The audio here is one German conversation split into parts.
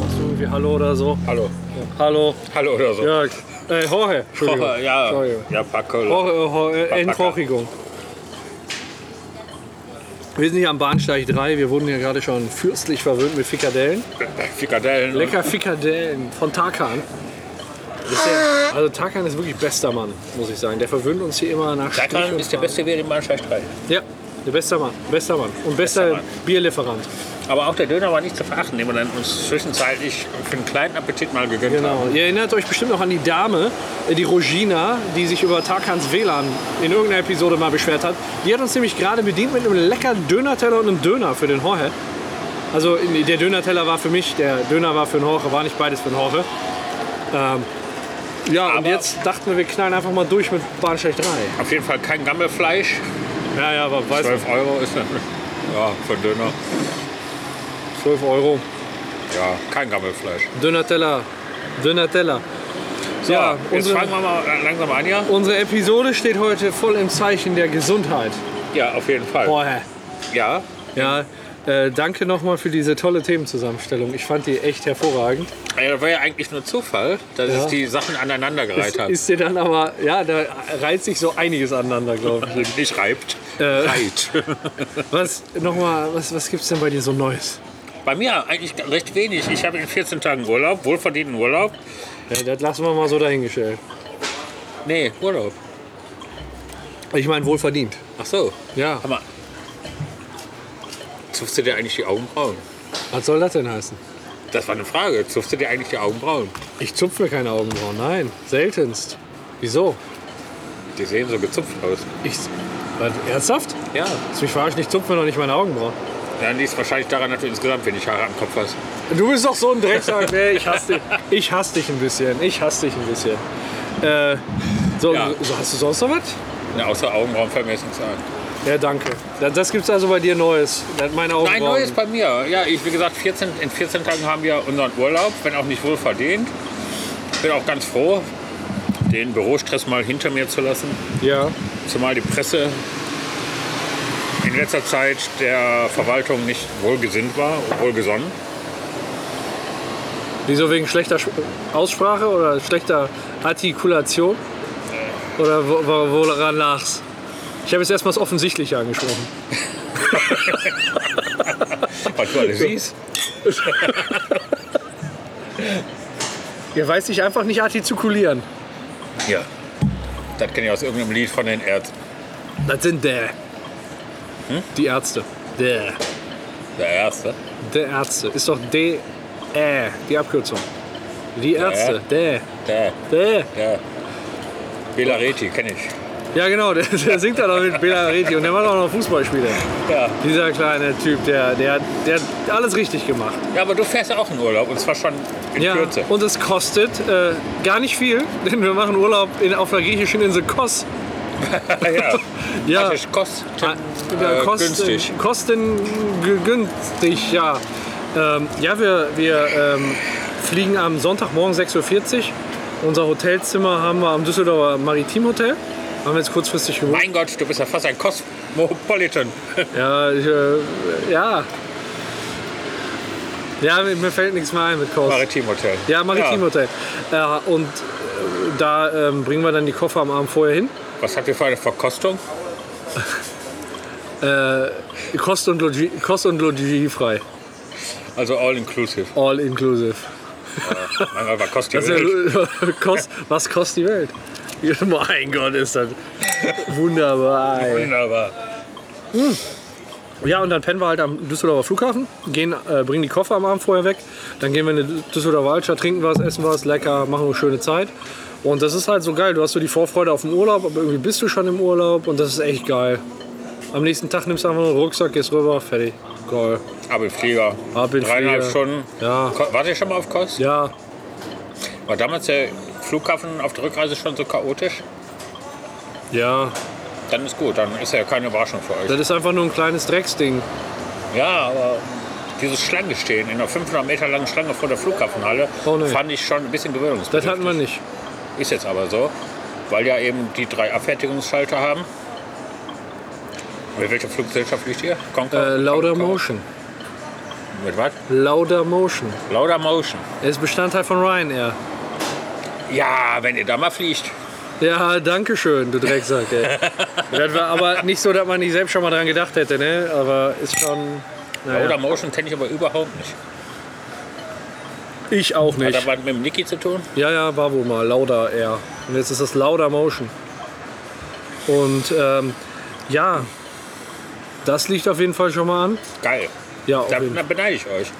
Sagst du irgendwie Hallo oder so? Hallo. Hallo. Hallo oder so. Ja, äh, Jorge. Entschuldigung. Oh, ja, Sorry. ja, Paco. Jorge, äh, Jorge, äh, Entrochigung. Wir sind hier am Bahnsteig 3. Wir wurden ja gerade schon fürstlich verwöhnt mit Frikadellen. Frikadellen. Lecker Frikadellen von Tarkan. Das ist der- Also Tarkan ist wirklich bester Mann, muss ich sagen. Der verwöhnt uns hier immer nach Seit Strich wann und ist der Faden. beste Wert im Bahnsteig 3. Ja, der beste Mann. Bester Mann. Und bester, Bester Mann. Bierlieferant. Aber auch der Döner war nicht zu verachten, den wir dann uns zwischenzeitlich für einen kleinen Appetit mal gegönnt haben. Genau. Ihr erinnert euch bestimmt noch an die Dame, äh, die Rogina, die sich über Tarkans WLAN in irgendeiner Episode mal beschwert hat. Die hat uns nämlich gerade bedient mit einem leckeren Dönerteller und einem Döner für den Jorge. Also in- der Dönerteller war für mich, der Döner war für den Jorge, war nicht beides für den Jorge. Ähm, ja, und Aber- jetzt dachten wir, wir knallen einfach mal durch mit Bahnsteig 3. Auf jeden Fall kein Gammelfleisch. Ja, ja, aber weiß 12 Euro ist dann. Ja, für Döner. 12 Euro. Ja, kein Gammelfleisch. Dönerteller, Dönerteller. So, Ja, jetzt unsere- fangen wir mal langsam an, ja? Unsere Episode steht heute voll im Zeichen der Gesundheit. Ja, auf jeden Fall. Jorge. Ja, Ja, äh, danke nochmal für diese tolle Themenzusammenstellung. Ich fand die echt hervorragend. Ja, das war ja eigentlich nur Zufall, dass Ja. ich die Sachen aneinandergereiht habe. Ist dir dann aber, ja, da reizt sich so einiges aneinander, glaube ich. Nicht reibt. Äh. Reit. Was, nochmal, was, was gibt's denn bei dir so Neues? Bei mir eigentlich recht wenig. Ich habe in 14 Tagen Urlaub, wohlverdienten Urlaub. Ja, das lassen wir mal so dahingestellt. Nee, Urlaub. Ich meine, wohlverdient. Ach so. Ja, Hör mal. Zupfst du dir eigentlich die Augenbrauen? was soll das denn heißen? Das war eine Frage. Zupfst du dir eigentlich die Augenbrauen? Ich zupfe mir keine Augenbrauen, nein, seltenst. Wieso? Die sehen so gezupft aus. Ich, was, ernsthaft? Ja. Hast du mich verarscht? Ich zupfe mir noch nicht meine Augenbrauen. Dann liegt wahrscheinlich daran, dass du insgesamt wenig Haare am Kopf hast. Du bist doch so ein Drecksack. Nee, ich hasse dich. Ich hasse dich ein bisschen. Ich hasse dich ein bisschen. Äh, so, Ja. so, hast du sonst noch was? Na, außer Augenbrauen fällt mir jetzt nichts ein. Ja, danke. Das, das gibt's also bei dir Neues. Das meine Augenbrauen. Nein, neues bei mir. Ja, ich, wie gesagt, 14, in 14 Tagen haben wir unseren Urlaub, wenn auch nicht wohl verdient. Bin auch ganz froh, den Bürostress mal hinter mir zu lassen. Ja. Zumal die Presse in letzter Zeit der Verwaltung nicht wohlgesinnt war, wohlgesonnen. Wieso wegen schlechter Sch- Aussprache oder schlechter Artikulation? Oder wo- wo- woran lag's? Ich habe jetzt erstmal das Offensichtliche angesprochen. Was du alles siehst. Ihr weiß sich einfach nicht artikulieren. Ja. Das kenne ich aus irgendeinem Lied von den Ärzten. Das sind der. Hm? Die Ärzte. Der. Der Erste. Der Ärzte. Ist doch D. Äh, die Abkürzung. Die Ärzte. Der. Der, Der. der. Bela Reti, kenne ich. Ja, genau. Der, der singt da noch mit Bela Reti. Und der war auch noch Fußballspieler. Ja. Dieser kleine Typ, der, der, der hat alles richtig gemacht. ja, aber du fährst ja auch in Urlaub und zwar schon in Kürze. Und es kostet äh, gar nicht viel, denn wir machen Urlaub in, auf der griechischen Insel Kos. ja. Ja. Das ist kost, Ja, äh, kosten, günstig. Kosten g- günstig, ja. Ähm, ja, wir, wir ähm, fliegen am Sonntagmorgen 6.40 Uhr. Unser Hotelzimmer haben wir am Düsseldorfer Maritim Hotel. Haben wir jetzt kurzfristig gebucht. Mein Gott, du bist ja fast ein Cosmopolitan. Ja, ich, äh, ja. Ja, mir mir fällt nichts mehr ein mit Kost. Maritimhotel. Ja, Maritim Hotel. Ja, und äh, da ähm, bringen wir dann die Koffer am Abend vorher hin. Ja. Was habt ihr für eine Verkostung? Kost und Logie, Kost und Logie frei. Also all inclusive. All inclusive. mein Gott, was kostet Das die ist Welt? ja, kost, was kostet die Welt? Mein Gott, ist das wunderbar. Ey. Wunderbar. Ja, und dann pennen wir halt am Düsseldorfer Flughafen, gehen, äh, bringen die Koffer am Abend vorher weg, dann gehen wir in die Düsseldorfer Altstadt, trinken was, essen was, lecker, machen eine schöne Zeit. Und das ist halt so geil, du hast so die Vorfreude auf den Urlaub, aber irgendwie bist du schon im Urlaub und das ist echt geil. Am nächsten Tag nimmst du einfach nur einen Rucksack, gehst rüber, fertig. Geil. Ab in Flieger. Ab in Dreieinhalb Flieger. Stunden. Ja. Ko- Wart ihr schon mal auf Kost? Ja, War damals der Flughafen auf der Rückreise schon so chaotisch? ja. Dann ist gut, dann ist ja keine Überraschung für euch. Das ist einfach nur ein kleines Drecksding. Ja, aber dieses Schlange stehen, in einer 500 Meter langen Schlange vor der Flughafenhalle, Oh, nee. fand ich schon ein bisschen Das gewöhnungsbedürftig. hatten wir nicht. Ist jetzt aber so, weil ja eben die drei Abfertigungsschalter haben. Mit welcher Fluggesellschaft fliegt ihr? Concor? Äh, Lauder Concor? Motion. Mit was? Lauder Motion. Lauder Motion. Er ist Bestandteil von Ryanair. Ja, wenn ihr da mal fliegt. Ja, danke schön, du Drecksack. Ey. das war aber nicht so, dass man nicht selbst schon mal dran gedacht hätte, ne? Aber ist schon. Lauder Naja. Motion kenne ich aber überhaupt nicht. Ich auch Hat nicht. da was mit dem Niki zu tun? Ja, ja, war wohl mal. Lauder Air. Und jetzt ist das Lauder Motion. Und ähm, ja, das liegt auf jeden Fall schon mal an. Geil. Ja, auf Da, jeden da beneide ich euch.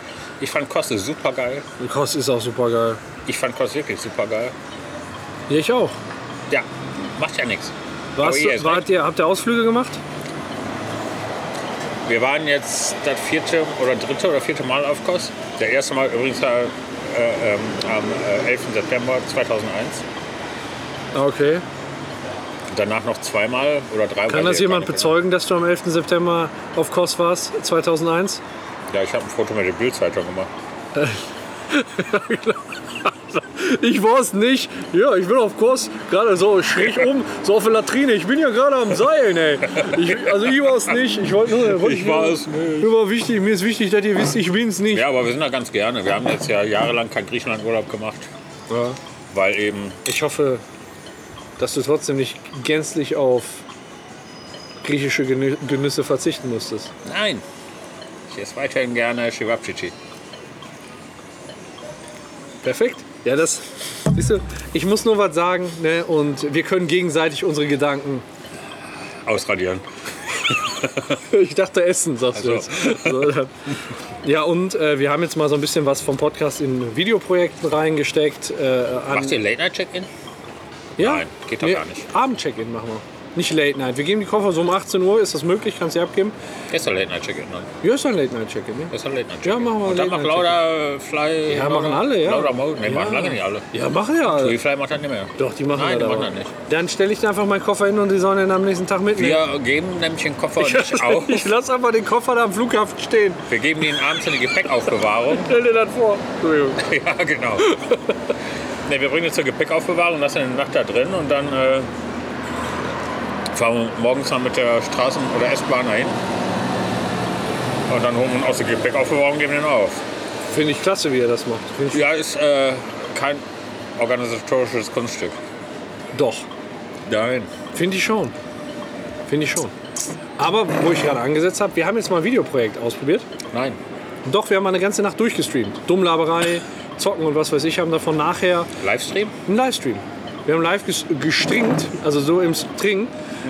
Ich fand Koste super geil. Fall. Kost ist auch super geil. Ich fand Kost wirklich super geil. Ja, ich auch. Ja, macht ja nichts. Warst ihr du, Oh ist wart ihr, habt ihr Ausflüge gemacht? Wir waren jetzt das vierte oder dritte oder vierte Mal auf Kos. Der erste Mal übrigens äh, äh, ähm, am äh, 11. September 2001. Ah, Okay. Danach noch zweimal oder dreimal. Kann das jemand bezeugen, dass du am 11. September auf Kos warst, 2001? Ja, ich habe ein Foto mit der Bildzeitung gemacht. Ich war's nicht. Ja, ich bin auf Kurs. Gerade so schräg um, so auf der Latrine. Ich bin ja gerade am Seilen, ey. Ich, also ich war's nicht. Ich wollte nur. wollte Ich war es nicht. Mir war wichtig, mir ist wichtig, dass ihr wisst, ich bin's nicht. Ja, aber wir sind da ganz gerne. Wir haben jetzt ja jahrelang keinen Griechenlandurlaub gemacht, weil eben Ich hoffe, dass du trotzdem nicht gänzlich auf griechische Genü- Genüsse verzichten musstest. nein. Ich esse weiterhin gerne Shivapchichi. Perfekt. Ja, das. Siehst du, ich muss nur was sagen, ne? Und wir können gegenseitig unsere Gedanken. Ausradieren. Ich dachte Essen, sagst du Ach jetzt. So, dann- ja, und äh, wir haben jetzt mal so ein bisschen was vom Podcast in Videoprojekten reingesteckt. Äh, an, Macht ihr Late-Night-Check-In? ja? Nein, geht doch Nee, gar nicht. Abend-Check-In machen wir. Nicht Late Night. Wir geben die Koffer so um 18 Uhr, ist das möglich? Kannst du die abgeben? Ist doch Late-Night-Check-In, nein. Ja, ist ein Late Night Check-In. Ne? Ist doch Late-Night-Check-In. Ja, machen wir Und dann macht Late-Night-Check-In. Lauda Fly. Ja, machen Lauda- alle, ja. Lauda Mode. Nee, Ja. machen lange nicht alle. Ja, machen ja. alle. Die Fly macht das nicht mehr. Doch, die machen Nein, wir die da machen auch. das nicht. Dann stelle ich da einfach meinen Koffer hin und die sollen ihn am nächsten Tag mitnehmen. Wir geben nämlich den Koffer nicht auf. Ich lasse einfach den Koffer da am Flughafen stehen. Wir geben ihn abends in die Gepäckaufbewahrung. Stell dir das vor. Entschuldigung. ja, genau. Ne, wir bringen ihn zur Gepäckaufbewahrung, lassen ihn die Nacht da drin und dann äh, fahren wir morgens dann mit der Straßen- oder S-Bahn dahin. Und dann holen wir ihn aus der Gepäckaufbewahrung und geben ihn auf. Finde ich klasse, wie er das macht. Finde ich Ja, ist äh, kein organisatorisches Kunststück. Doch. Nein. Finde ich schon. Finde ich schon. Aber wo ich gerade angesetzt habe, wir haben jetzt mal ein Videoprojekt ausprobiert. Nein. Doch, wir haben mal eine ganze Nacht durchgestreamt. Dummlaberei, Zocken und was weiß ich, haben davon nachher Livestream? einen Livestream. Wir haben live ges gestringt, also so im String.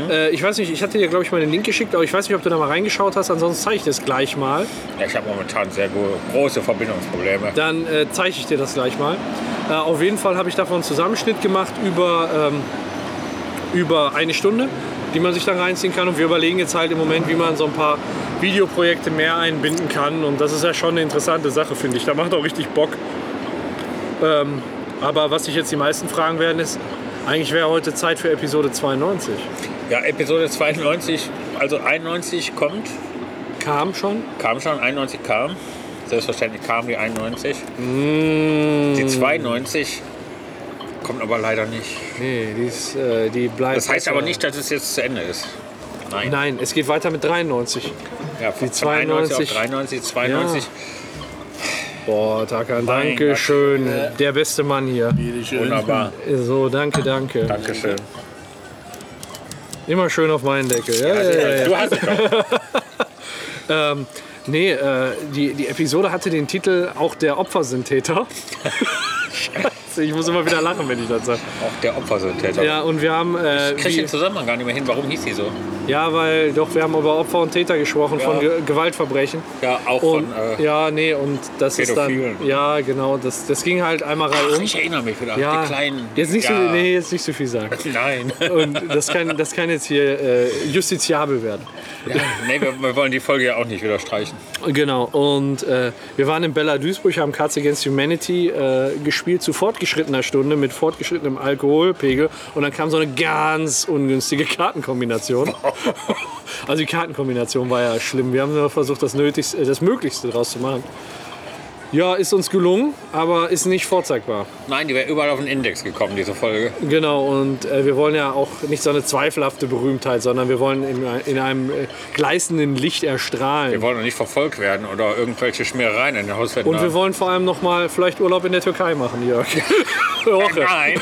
Äh, ich weiß nicht, ich hatte dir, glaube ich, mal den Link geschickt, aber ich weiß nicht, ob du da mal reingeschaut hast. Ansonsten zeige ich das gleich mal. Ja, ich habe momentan sehr gro- große Verbindungsprobleme. Dann äh, zeige ich dir das gleich mal. Äh, auf jeden Fall habe ich davon einen Zusammenschnitt gemacht über, ähm, über eine Stunde, die man sich dann reinziehen kann. Und wir überlegen jetzt halt im Moment, wie man so ein paar Videoprojekte mehr einbinden kann. Und das ist ja schon eine interessante Sache, finde ich. Da macht auch richtig Bock. Ähm, aber was sich jetzt die meisten fragen werden, ist, eigentlich wäre heute Zeit für Episode 92. Ja, Episode 92, also 91 kommt, Kam schon? kam schon, 91 kam. Selbstverständlich kam die 91. Mm. Die 92 kommt aber leider nicht. Nee, die, ist, äh, die bleibt. Das heißt aber nicht, dass es jetzt zu Ende ist. Nein. Nein, es geht weiter mit 93. Ja, von 92. 92 auf 93, 92. Boah, Takan, Mein danke Gott. schön. Der beste Mann hier. Wunderbar. So, danke, danke. Dankeschön. Immer schön auf meinen Deckel. Ja, ja, ja, ja. Du hast es doch. Nee, äh, die, die Episode hatte den Titel Auch der Opfer sind Täter. Witz. Ich muss immer wieder lachen, wenn ich das sage. Auch der Opfer sind Täter. Ja, und wir haben. Äh, Krieg ich wie, den Zusammenhang gar nicht mehr hin. Warum hieß die so? ja, weil doch, wir haben über Opfer und Täter gesprochen von Ja. Ge Gewaltverbrechen. Ja, auch Und, von. Äh, ja, nee, und das ist dann. Pädophilen. Ja, genau. Das, das ging halt einmal ach, reihum. ich erinnere mich wieder. Ja, Die kleinen. jetzt nicht ja. so, nee, jetzt nicht so viel sagen. Nein. Und das kann, das kann jetzt hier äh, justiziabel werden. ja, nee, wir, wir wollen die Folge ja auch nicht wieder streichen. Genau, und äh, wir waren in Bella Duisburg, haben Cards Against Humanity äh, gespielt zu fortgeschrittener Stunde mit fortgeschrittenem Alkoholpegel und dann kam so eine ganz ungünstige Kartenkombination. also die Kartenkombination war ja schlimm. Wir haben nur versucht, das, Nötigste, äh, das Möglichste draus zu machen. Ja, ist uns gelungen, aber ist nicht vorzeigbar. Nein, die wäre überall auf den Index gekommen, diese Folge. Genau, und äh, wir wollen ja auch nicht so eine zweifelhafte Berühmtheit, sondern wir wollen in, in einem äh, gleißenden Licht erstrahlen. Wir wollen doch nicht verfolgt werden oder irgendwelche Schmierereien in den Hauswerten. Und wir wollen vor allem noch mal vielleicht Urlaub in der Türkei machen, Jörg. Eine Woche. Nein.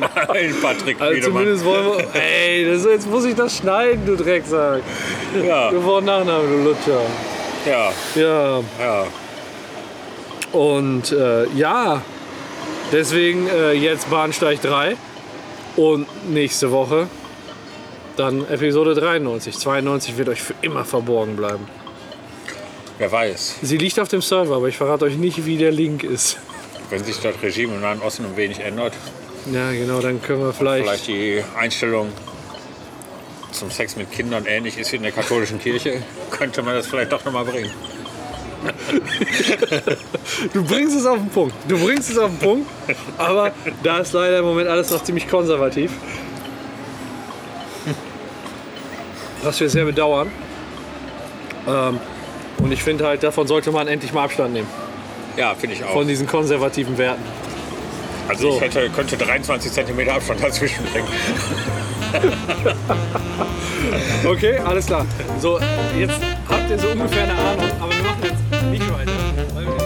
Nein, Patrick Also Wiedemann. zumindest wollen wir. Ey, das, jetzt muss ich das schneiden, du Drecksack. Ja, Du Wort Nachname, du Lutscher. ja, Ja, ja. und äh, ja, deswegen äh, jetzt Bahnsteig 3 und nächste Woche dann Episode 93. 92 wird euch für immer verborgen bleiben. Wer weiß, Sie liegt auf dem Server, aber ich verrate euch nicht, wie der Link ist. wenn sich das Regime im Nahen Osten ein wenig ändert, Ja, genau, dann können wir vielleicht die Einstellung zum Sex mit Kindern ähnlich ist wie in der katholischen Kirche, könnte man das vielleicht doch nochmal bringen. Du bringst es auf den Punkt. Du bringst es auf den Punkt. Aber da ist leider im Moment alles noch ziemlich konservativ. Was wir sehr bedauern. Ähm, und ich finde halt, davon sollte man endlich mal Abstand nehmen. Ja, finde ich auch. Von diesen konservativen Werten. Also so. ich hätte, könnte 23 cm Abstand dazwischen bringen. Okay, alles klar. So, jetzt habt ihr so ungefähr eine Ahnung. Aber wir machen jetzt nicht weiter. Weil wir-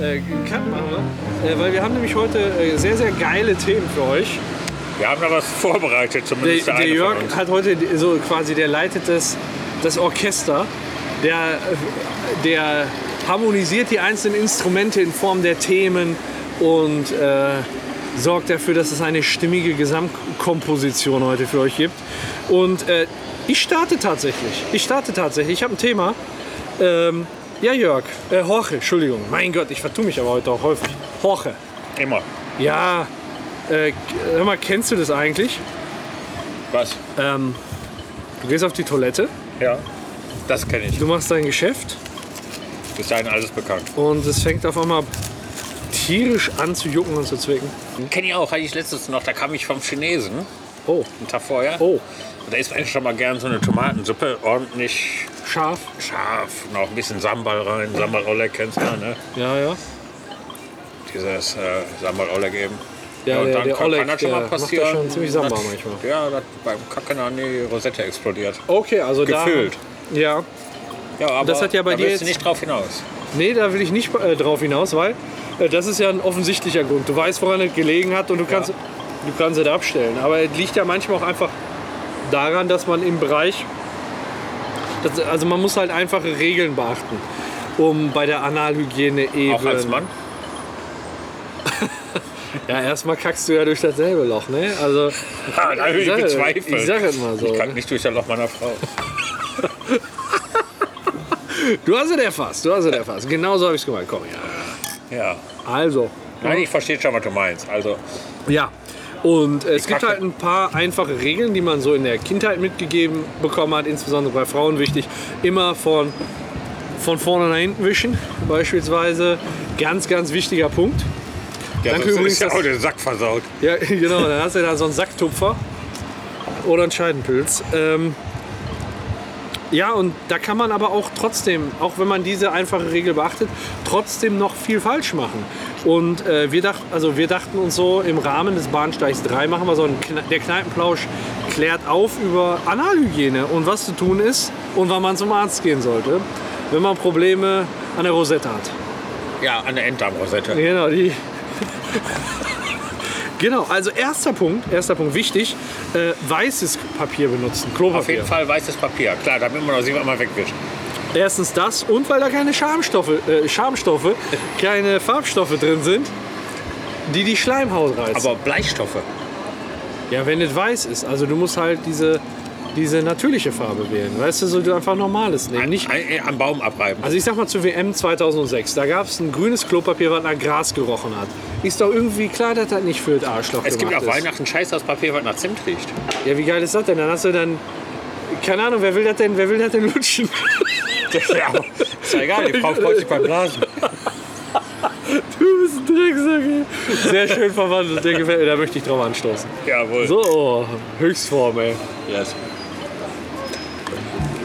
Äh, Cut machen wir, äh, weil wir haben nämlich heute äh, sehr, sehr geile Themen für euch. Wir haben da was vorbereitet, Der, zumindest der, der eine Jörg von uns. hat heute die- so quasi, der leitet das, das Orchester, der, der harmonisiert die einzelnen Instrumente in Form der Themen und äh, sorgt dafür, dass es eine stimmige Gesamtkomposition heute für euch gibt. Und äh, ich starte tatsächlich. Ich starte tatsächlich. Ich habe ein Thema. Ähm, ja, Jörg, äh, Jorge, Entschuldigung. Mein Gott, ich vertue mich aber heute auch häufig. Jorge. Immer. Ja, äh, hör mal, kennst du das eigentlich? Was? Ähm, du gehst auf die Toilette, Ja. Das kenne ich. du machst dein Geschäft Bis dahin alles bekannt. und es fängt auf einmal tierisch an zu jucken und zu zwicken. Kenne ich auch, hatte ich letztens noch, da kam ich vom Chinesen, Oh, einen Tag vorher. oh, Da isst man schon mal gern so eine Tomatensuppe, ordentlich scharf. scharf, noch ein bisschen Sambal rein, Sambal Oleg kennst du, ja, ne? Ja, ja. Dieses äh, Sambal Oleg eben. Ja, und der- dann der kann, Oleg, kann das schon der mal macht ja passieren. schon ziemlich Sambal dass- manchmal. Ja, dass beim Kacken an die Rosette explodiert. Okay, also Gefühlt. da. Ja. Ja, aber Das hat ja bei da dir willst du jetzt- nicht drauf hinaus. Nee, da will ich nicht äh, drauf hinaus, weil äh, das ist ja ein offensichtlicher Grund. Du weißt, woran es gelegen hat und du kannst, du kannst es abstellen. Aber es liegt ja manchmal auch einfach daran, dass man im Bereich, das, also man muss halt einfache Regeln beachten, um bei der Analhygiene eben. Auch als Mann. Ja, erstmal kackst du ja durch dasselbe Loch, ne? Also, Ah, da will ich sag- bezweifeln. ich sag es mal so, Ich kann ne? nicht durch das Loch meiner Frau. du hast es erfasst, du hast es erfasst. Genau so habe ich es gemeint. Komm, ja. Ja. Also, Nein, ich verstehe schon, was du meinst. Also, ja. Und äh, es gibt Kacke. halt ein paar einfache Regeln, die man so in der Kindheit mitgegeben bekommen hat, insbesondere bei Frauen wichtig. Immer von, von vorne nach hinten wischen, beispielsweise. Ganz, ganz wichtiger Punkt. ja, Danke sonst übrigens, ist ja dass- auch der Sack versaut. Ja, genau, dann hast du da so einen Sacktupfer oder einen Scheidenpilz. Ähm, ja, und da kann man aber auch trotzdem, auch wenn man diese einfache Regel beachtet, trotzdem noch viel falsch machen. Und äh, wir, dacht, also wir dachten uns so, im Rahmen des Bahnsteigs 3 machen wir so einen, Kne- der Kneipenplausch klärt auf über Analhygiene und was zu tun ist und wann man zum Arzt gehen sollte, wenn man Probleme an der Rosette hat. Ja, an der Enddarmrosette. Genau, die. genau, also erster Punkt, erster Punkt, wichtig, äh, weißes Papier benutzen, Klopapier. Auf jeden Fall weißes Papier. Klar, damit man auch sieht, was man wegwischt. Erstens das und weil da keine Schamstoffe, äh, Schamstoffe, keine Farbstoffe drin sind, die die Schleimhaut reißen. Aber Bleistoffe. ja, wenn es weiß ist, also du musst halt diese, diese natürliche Farbe wählen, weißt du, so du einfach normales nehmen, nicht Ein- äh, am Baum abreiben. Also ich sag mal zur WM 2006, da gab es ein grünes Klopapier, was nach Gras gerochen hat. Ist doch irgendwie klar, dass das nicht für das Arschloch es gibt gemacht auf ist. Weihnachten Scheiß das Papier, was nach Zimt riecht. Ja, wie geil ist das denn? Dann hast du dann, keine Ahnung, wer will das denn, wer will das denn lutschen? ja, ist ja egal, die Frau freut sich beim Blasen. Du bist ein Drecksack. ey. Sehr schön verwandelt, der gefällt mir, da möchte ich drauf anstoßen. Jawohl. So, Höchstform, ey. Yes.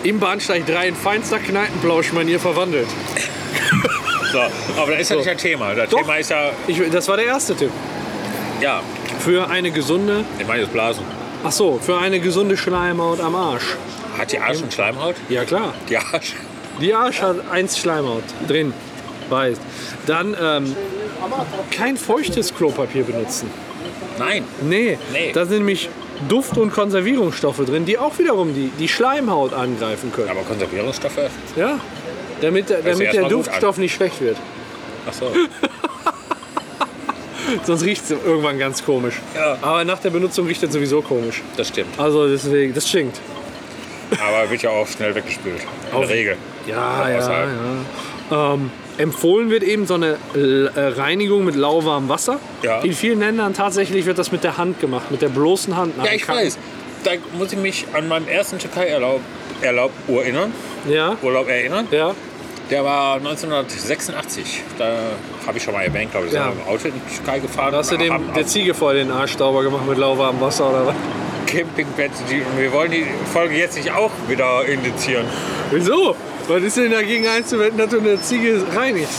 Im Bahnsteig 3 in feinster Kneipenplauschmanier verwandelt. So, aber das ist ja nicht das Thema. Das Doch. Thema ist ja, Ich, das war der erste Tipp. ja, Für eine gesunde, ich meine das Blasen. ach so, für eine gesunde Schleimhaut am Arsch. Hat die Arsch und Schleimhaut? Ja, klar. Die Arsch. Die Arsch hat eins Schleimhaut drin, weiß. Dann ähm, kein feuchtes Klopapier benutzen. Nein. Nee, Nee. da sind nämlich Duft- und Konservierungsstoffe drin, die auch wiederum die, die Schleimhaut angreifen können. Aber Konservierungsstoffe? Ja, damit, damit der erstmal gut Duftstoff nicht schlecht wird. Ach so. Sonst riecht es irgendwann ganz komisch. Ja. Aber nach der Benutzung riecht es sowieso komisch. Das stimmt. Also deswegen, das stinkt. Aber wird ja auch schnell weggespült. In der Regel. Ja, Außerhalb. ja. Ähm, empfohlen wird eben so eine L- äh, Reinigung mit lauwarmem Wasser. Ja. In vielen Ländern tatsächlich wird das mit der Hand gemacht, mit der bloßen Hand. nach Ja, dem ich Kacken. weiß. Da muss ich mich an meinem ersten Türkei-Urlaub Urlaub, erinnern, Ja, Urlaub erinnern. ja. Der war 1986. Da habe ich schon mal erwähnt, glaube ich. Ja. Ja. Im Auto in die Türkei gefahren. Da hast du Am- dem am der Ziege voll den Arsch sauber gemacht mit lauwarmem Wasser oder was? Campingplatz. Die, wir wollen die Folge jetzt nicht auch wieder indizieren. Wieso? Was ist denn dagegen einzuwenden, dass du eine Ziege reinigst?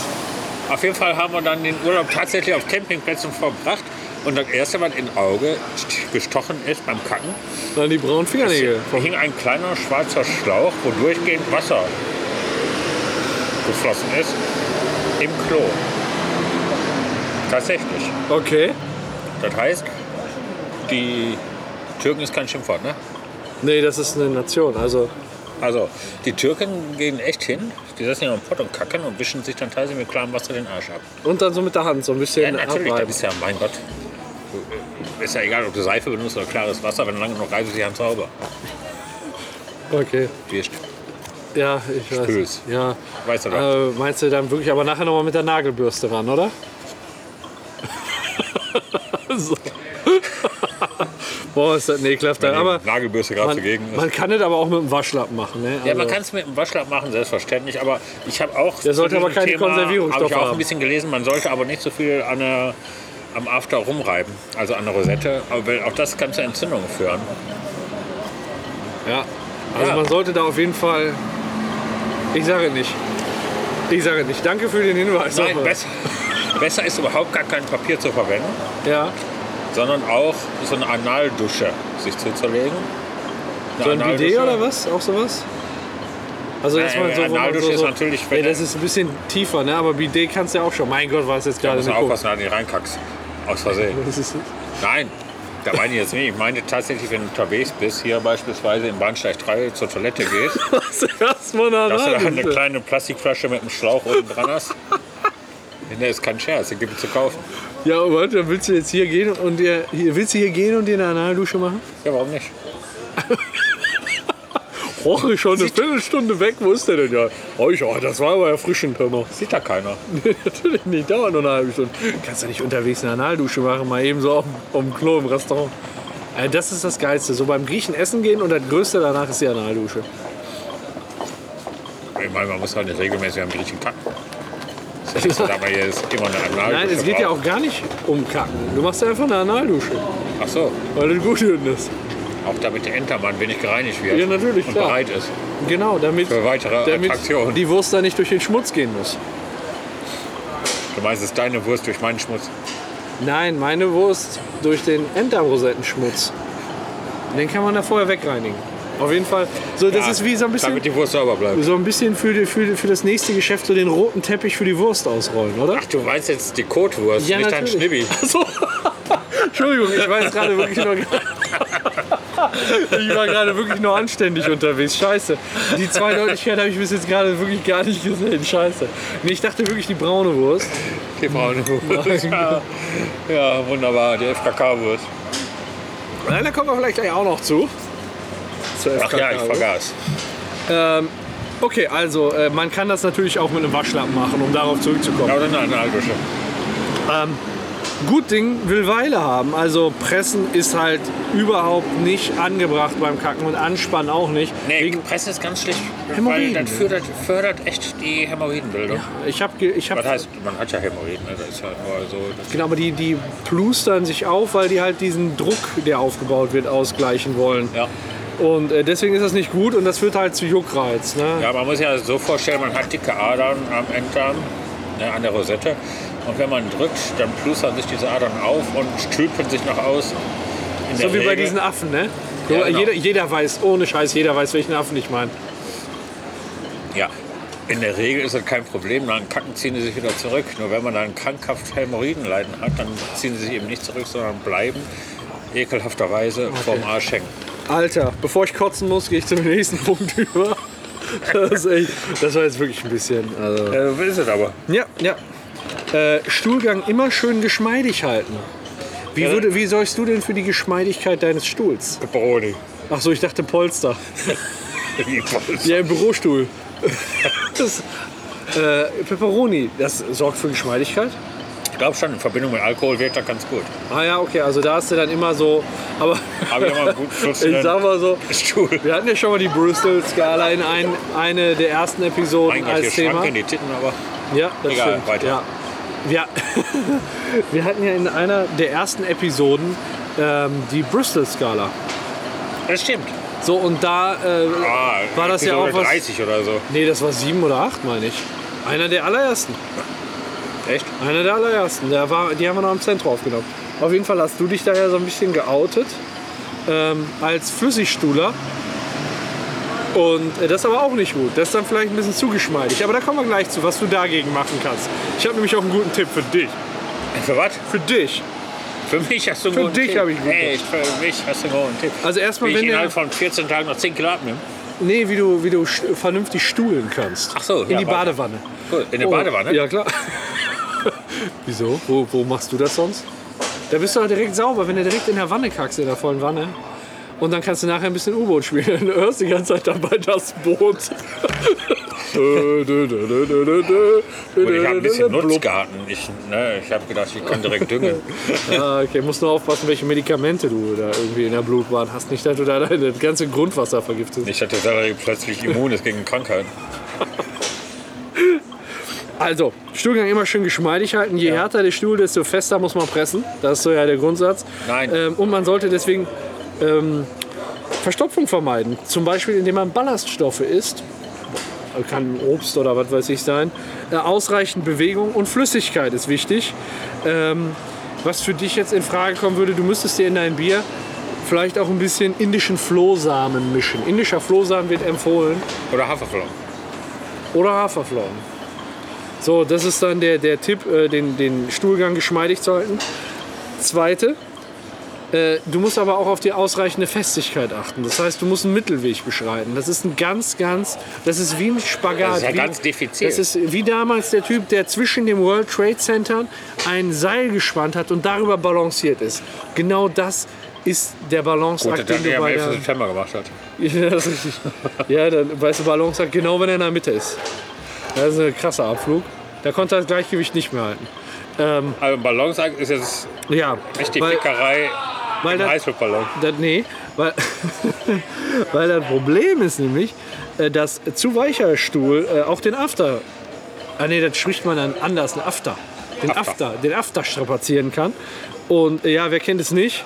Auf jeden Fall haben wir dann den Urlaub tatsächlich auf Campingplätzen verbracht. Und das erste, was in Auge st- gestochen ist beim Kacken, Dann die braunen Fingernägel. hing ein kleiner schwarzer Schlauch, wo durchgehend Wasser geflossen ist, im Klo. Tatsächlich. Okay. Das heißt, die Türken ist kein Schimpfwort, ne? Nee, das ist eine Nation. Also, Also, die Türken gehen echt hin, die setzen ja am Pott und kacken und wischen sich dann teilweise mit klarem Wasser den Arsch ab. und dann so mit der Hand so ein Ja, bisschen natürlich, das abreiben. ist ja, mein Gott. Ist ja egal, ob du Seife benutzt oder klares Wasser, wenn du lange noch reibst, ist die Hand sauber. Okay. Wirst. Ja, ich weiß. Spül's. Ja. Weißt du doch. Äh, meinst du dann wirklich aber nachher nochmal mit der Nagelbürste ran, oder? so. Boah, ist das ein ekelhafter. Aber Die Nagelbürste gerade zugegen man, ist. man kann das aber auch mit dem Waschlappen machen. Ne? Ja, man Also- kann es mit dem Waschlapp machen, selbstverständlich, aber ich habe auch. Der sollte zu diesem aber keine Thema, Konservierungsstoffe Habe ich auch haben. ein bisschen gelesen, man sollte aber nicht so viel an der, am After rumreiben, also an der Rosette, aber weil auch das kann zu Entzündungen führen. Ja. Also Ja. man sollte da auf jeden Fall. Ich sage nicht. Ich sage nicht. Danke für den Hinweis. Nein, Aber- besser, besser ist überhaupt gar kein Papier zu verwenden, Ja. sondern auch so eine Analdusche sich zuzulegen. Eine So ein Bidet Analdusche- oder was? Auch sowas? Also Nein, dass man so, wo man Analdusche so, ist so natürlich- ja, das ist ein bisschen tiefer, ne? Aber Bidet kannst du ja auch schon. Mein Gott, war es jetzt Da gerade musst du eine Kuh. aufpassen, dass du nicht reinkackst. Aus Versehen. Das ist- Nein, da meine ich jetzt nicht. Ich meine tatsächlich, wenn du unterwegs bist, hier beispielsweise im Bahnsteig 3 zur Toilette gehst, Was hast du da dass du da rein? eine kleine Plastikflasche mit einem Schlauch oben dran hast. Nee, ist kein Scherz, den gibt es zu kaufen. Ja, aber warte, dann willst du jetzt hier gehen und dir, hier, willst du hier gehen und dir eine Analdusche machen? Ja, warum nicht? Och, ich schon eine Viertelstunde weg, wo ist der denn ja? Oh, ich, oh, das war aber erfrischend, hör mal. Sieht da keiner. Nee, natürlich nicht, dauert nur eine halbe Stunde. Kannst du nicht unterwegs eine Analdusche machen, mal eben so auf, auf dem Klo im Restaurant. Äh, das ist das Geilste. So beim Griechen essen gehen und das Größte danach ist die Analdusche. Ich meine, man muss halt nicht regelmäßig am Griechen kacken. Das ist ja nicht so, dass man jetzt immer eine Anlage Nein, es geht ja auch gar nicht um Kacken. Du machst einfach eine Analdusche, Ach so, weil das gut ist. auch damit der Entermann wenig gereinigt wird. Ja, natürlich, Und klar. bereit ist Genau, damit, für weitere damit Attraktionen. die Wurst da nicht durch den Schmutz gehen muss. Du meinst, es ist deine Wurst durch meinen Schmutz. Nein, meine Wurst durch den Enddarmrosettenschmutz. Den kann man da vorher wegreinigen. Auf jeden Fall. So, das Ja, ist wie so ein bisschen, Damit die Wurst sauber bleibt. so ein bisschen für, die, für, die, für das nächste Geschäft so den roten Teppich für die Wurst ausrollen, oder? Ach, du meinst jetzt die Kotwurst, nicht dein Schnibbi. Ach so. Entschuldigung, ich war jetzt gerade wirklich nur. Ich war gerade wirklich nur anständig unterwegs. Scheiße. Die Zweideutigkeit habe ich bis jetzt gerade wirklich gar nicht gesehen. Scheiße. Nee, ich dachte wirklich die braune Wurst. Die braune Wurst. Ja, ja wunderbar, die FKK-Wurst. Nein, da kommen wir vielleicht gleich auch noch zu. Zur Ach ja, ich FKK, oder? vergaß. Okay, also äh, man kann das natürlich auch mit einem Waschlappen machen, um darauf zurückzukommen. Ja, oder nein, eine Altdusche. Gut Ding will Weile haben. Also pressen ist halt überhaupt nicht angebracht beim Kacken und anspannen auch nicht. Nee, Wegen Pressen ist ganz schlecht, weil Hämorrhoiden. das fördert, fördert echt die Hämorrhoidenbildung. Ich habe ich hab Was heißt, man hat ja Hämorrhoiden, ne? das ist halt nur so. Das Genau, aber die, die plustern sich auf, weil die halt diesen Druck, der aufgebaut wird, ausgleichen wollen. ja. Und äh, deswegen ist das nicht gut und das führt halt zu Juckreiz. Ne? ja, man muss ja so vorstellen, man hat dicke Adern am Enddarm, ne, an der Rosette. Und wenn man drückt, dann plustern sich diese Adern auf und stülpen sich nach außen. In der so wie bei Regel- diesen Affen, ne? Ja, genau. jeder, jeder weiß, ohne Scheiß, jeder weiß, welchen Affen ich meine. Ja, in der Regel ist das kein Problem. Nach dem Kacken ziehen die sich wieder zurück. Nur wenn man dann krankhaft Hämorrhoidenleiden hat, dann ziehen sie sich eben nicht zurück, sondern bleiben ekelhafterweise vorm Arsch hängen. Alter, bevor ich kotzen muss, gehe ich zum nächsten Punkt über. Das, ist echt, das war jetzt wirklich ein bisschen. Also. Ja, so ist es Äh, aber. Ja, ja. Äh, Stuhlgang immer schön geschmeidig halten. Wie, würde, wie sorgst du denn für die Geschmeidigkeit deines Stuhls? Broni. Ach so, ich dachte Polster. Ja. Ja, im Bürostuhl. das, äh, Pepperoni, das sorgt für Geschmeidigkeit. Ich glaube schon, in Verbindung mit Alkohol wirkt das ganz gut. Ah ja, okay, also da hast du dann immer so, aber Habe ich immer einen guten Schutz. ich sag mal so, Stuhl. wir hatten ja schon mal die Bristol-Skala in ein, eine der ersten Mein Episoden Gott, hier als Thema. schwanken die Titten, aber Ja, das Egal, stimmt. weiter. Ja. Ja. wir hatten ja in einer der ersten Episoden ähm, die Bristol-Skala. das stimmt. So, und da äh, Ah, war das ja Episode auch was... 30 oder so. Nee, das war sieben oder acht, meine ich. Einer der allerersten. Echt? Einer der allerersten. Der war, die haben wir noch im Zentrum aufgenommen. Auf jeden Fall hast du dich da ja so ein bisschen geoutet ähm, als Flüssigstuhler. Und äh, das ist aber auch nicht gut. Das ist dann vielleicht ein bisschen zu geschmeidig. Aber da kommen wir gleich zu, was du dagegen machen kannst. Ich habe nämlich auch einen guten Tipp für dich. Für was? Für dich. Für mich hast du einen Für guten dich Tipp. habe ich einen guten Echt, für mich hast du einen guten Tipp. Also erstmal, Wie ich wenn innerhalb du, von 14 Tagen noch 10 Kilo abnehme. nee, wie du, wie du sch- vernünftig stuhlen kannst. Ach so, In ja, die warte. Badewanne. Cool. In der Oh, Badewanne? Ja, klar. Wieso? Wo, wo machst du das sonst? Da bist du doch direkt sauber, wenn du direkt in der Wanne kackst, in der vollen Wanne. Und dann kannst du nachher ein bisschen U-Boot spielen. Du hörst die ganze Zeit dabei das Boot. Und ich habe ein bisschen Blub. Nutzgarten. Ich, ne, ich habe gedacht, ich kann direkt düngen. Ah, okay, musst nur aufpassen, welche Medikamente du da irgendwie in der Blutbahn hast. Nicht, dass du da das ganze Grundwasser vergiftest. Ich hatte Sellerie plötzlich immun ist gegen Krankheiten. Also, Stuhlgang immer schön geschmeidig halten. Je härter der Stuhl, desto fester muss man pressen. Das ist so ja der Grundsatz. Nein. Ähm, und man sollte deswegen ähm, Verstopfung vermeiden. Zum Beispiel, indem man Ballaststoffe isst. Kann Obst oder was weiß ich sein. Äh, ausreichend Bewegung und Flüssigkeit ist wichtig. Ähm, was für dich jetzt in Frage kommen würde, du müsstest dir in dein Bier vielleicht auch ein bisschen indischen Flohsamen mischen. Indischer Flohsamen wird empfohlen Oder Haferflocken. oder Haferflocken. So, das ist dann der, der Tipp, äh, den, den Stuhlgang geschmeidig zu halten. Zweite, äh, du musst aber auch auf die ausreichende Festigkeit achten. Das heißt, du musst einen Mittelweg beschreiten. Das ist ein ganz, ganz, das ist wie ein Spagat. Das ist ja wie, ganz diffizil. Das ist wie damals der Typ, der zwischen dem World Trade Center ein Seil gespannt hat und darüber balanciert ist. Genau das ist der Gute Balanceakt, Tag, den du der am bei 11. der... September gemacht hat. Ja, das ist richtig. Ja, dann weißt du, Ballon sagt genau, wenn er in der Mitte ist. Das ist ein krasser Abflug. Da konnte er das Gleichgewicht nicht mehr halten. Also Ballonsack ist jetzt Ja, echt die weil, Fickerei weil im das, Heißluftballon. das, nee, weil, weil das Problem ist nämlich, äh, dass zu weicher Stuhl äh, auch den After, ah nee, das spricht man dann anders, den After, den After. After, den After strapazieren kann. Und äh, ja, wer kennt es nicht?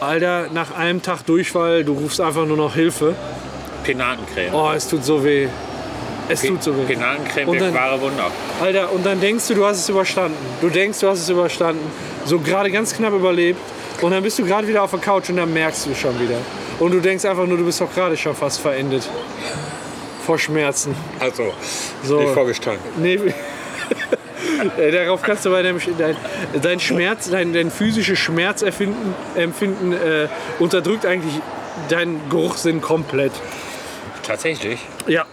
Alter, nach einem Tag Durchfall, du rufst einfach nur noch Hilfe. Penatencreme. Oh, es tut so weh. Es tut so weh. Penatencreme Und dann- wirkt wahre Wunder. Alter, und dann denkst du, du hast es überstanden. Du denkst, du hast es überstanden. So gerade ganz knapp überlebt. Und dann bist du gerade wieder auf der Couch und dann merkst du schon wieder. Und du denkst einfach nur, du bist doch gerade schon fast verendet. Vor Schmerzen. Also, So. nicht vorgestanden. Nee. Äh, Darauf kannst du bei deinem Sch- dein, dein Schmerz, dein, dein physisches Schmerzempfinden Empfinden, äh, unterdrückt eigentlich deinen Geruchssinn komplett. Tatsächlich. Ja.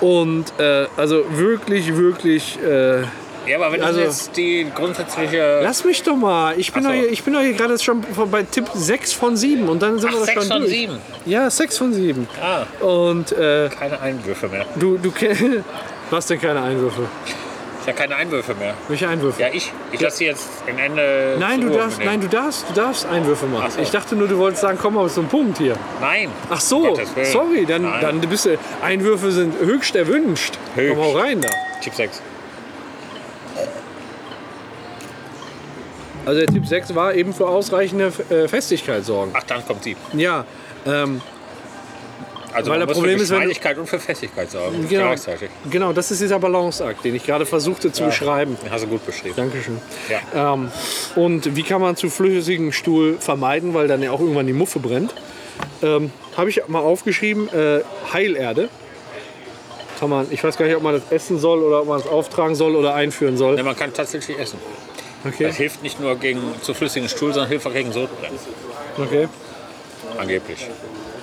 Und äh, also wirklich, wirklich. Äh, Ja, aber wenn Also- das jetzt die grundsätzliche. lass mich doch mal. Ich bin, Ach doch, so. hier, ich bin doch hier gerade schon von- bei Tipp 6 von 7 und dann sind wir Ach, doch 6 schon von durch. 7. Ja, 6 von 7. Ah, Und äh, keine Einwürfe mehr. du, du kennst. Was denn keine Einwürfe? Ich habe keine Einwürfe mehr. Welche Einwürfe? Ja, ich. Ich lasse sie jetzt am Ende. Nein, zur du Ruhe darfst, nein, benehmen. du darfst, du darfst Einwürfe machen. Ach so. Ich dachte nur, du wolltest sagen, komm mal zum Punkt hier. Nein. Ach so, Um Gottes Willen. sorry, dann, Nein. dann bist du. Einwürfe sind höchst erwünscht. Höchst. Komm mal rein da. Tipp 6. Also der Tipp 6 war eben für ausreichende äh, Festigkeit sorgen. Ach, dann kommt sie. Ja, ähm, Also, Weil man das muss Problem für ist, wenn du- Geschmeidigkeit und für Festigkeit sorgen. genau, Gleichzeitig. genau, das ist dieser Balanceakt, den ich gerade versuchte zu beschreiben. Den hast du gut beschrieben. Dankeschön. Ja. Ähm, und wie kann man zu flüssigem Stuhl vermeiden, weil dann ja auch irgendwann die Muffe brennt? Ähm, Habe ich mal aufgeschrieben, äh, Heilerde. Kann man, ich weiß gar nicht, ob man das essen soll oder ob man es auftragen soll oder einführen soll. Ja, man kann tatsächlich essen. Okay, Das hilft nicht nur gegen zu flüssigen Stuhl, sondern hilft auch gegen Sodbrennen. okay. Angeblich.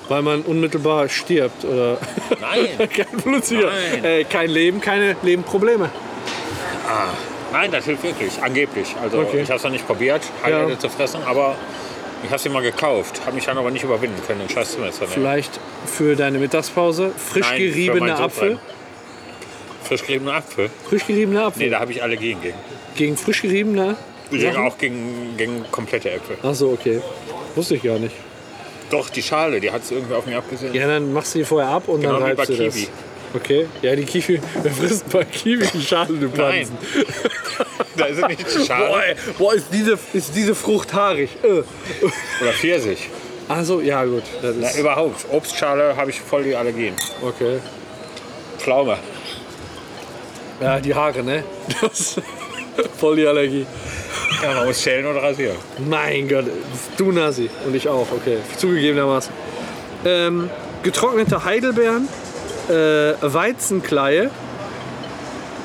Weil man unmittelbar stirbt oder Nein. kein Blutzucker. Nein. Äh, kein Leben, keine Lebenprobleme. Ah, nein, das hilft wirklich. Angeblich. Also Okay. ich habe es noch nicht probiert, Heilerde zu fressen, aber ich habe sie mal gekauft. Habe mich dann aber nicht überwinden können. Den scheiß Zimmermesser nicht. Vielleicht für deine Mittagspause frisch Nein, für meinen geriebener Sodbrennen. Apfel. Frisch geriebener Apfel? Frisch geriebener Nee, Apfel. da habe ich Allergien gegen. Gegen frisch geriebener. Ich Sachen? denke auch gegen, gegen komplette Äpfel. Ach so, okay. Wusste ich gar nicht. Doch, die Schale, die hat sie irgendwie auf mich abgesehen. Ja, dann machst du die vorher ab und Genau dann wie reibst bei du das. Kiwi. Okay, ja, die Kiwi, wir frisst bei Kiwi die Schale, du Nein. Pansen. Da ist nicht die Schale. Boah, ey, boah ist, diese, ist diese Frucht haarig. Äh. Oder Pfirsich. Also, ja gut, das Na, ist, überhaupt. Obstschale habe ich voll die Allergien. okay. Pflaume. Ja, die Haare, ne? Das voll die Allergie. Ja, man muss schälen oder rasieren. Mein Gott, du Nasi und ich auch, okay, zugegebenermaßen. Ähm, getrocknete Heidelbeeren, äh, Weizenkleie,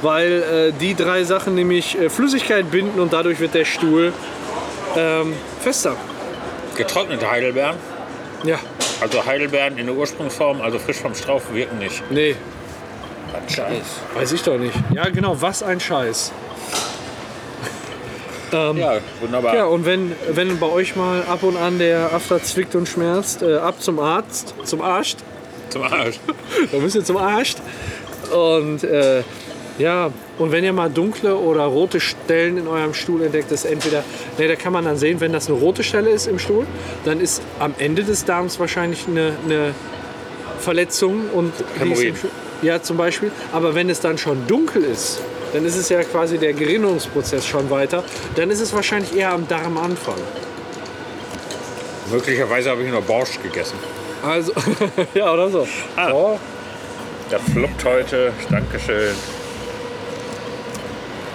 weil äh, die drei Sachen nämlich äh, Flüssigkeit binden und dadurch wird der Stuhl ähm, fester. Getrocknete Heidelbeeren. Ja, Also Heidelbeeren in der Ursprungsform, also frisch vom Strauch, wirken nicht. nee, Was Scheiß. weiß ich doch nicht. Ja, genau, was ein Scheiß. Ja, wunderbar. Ähm, Ja, und wenn, wenn bei euch mal ab und an der After zwickt und schmerzt, äh, ab zum Arzt, zum Arzt. Zum Arsch. Da müsst ihr zum Arsch. Und äh, ja, und wenn ihr mal dunkle oder rote Stellen in eurem Stuhl entdeckt, ist entweder, ne, da kann man dann sehen, wenn das eine rote Stelle ist im Stuhl, dann ist am Ende des Darms wahrscheinlich eine, eine Verletzung und die ist im Hämorrhoiden. Stuhl- ja zum Beispiel. Aber wenn es dann schon dunkel ist, dann ist es ja quasi der Gerinnungsprozess schon weiter. Dann ist es wahrscheinlich eher am Darmanfang. Möglicherweise habe ich nur Borsch gegessen. Also ja oder so. Ah. Oh, Das floppt heute. Dankeschön.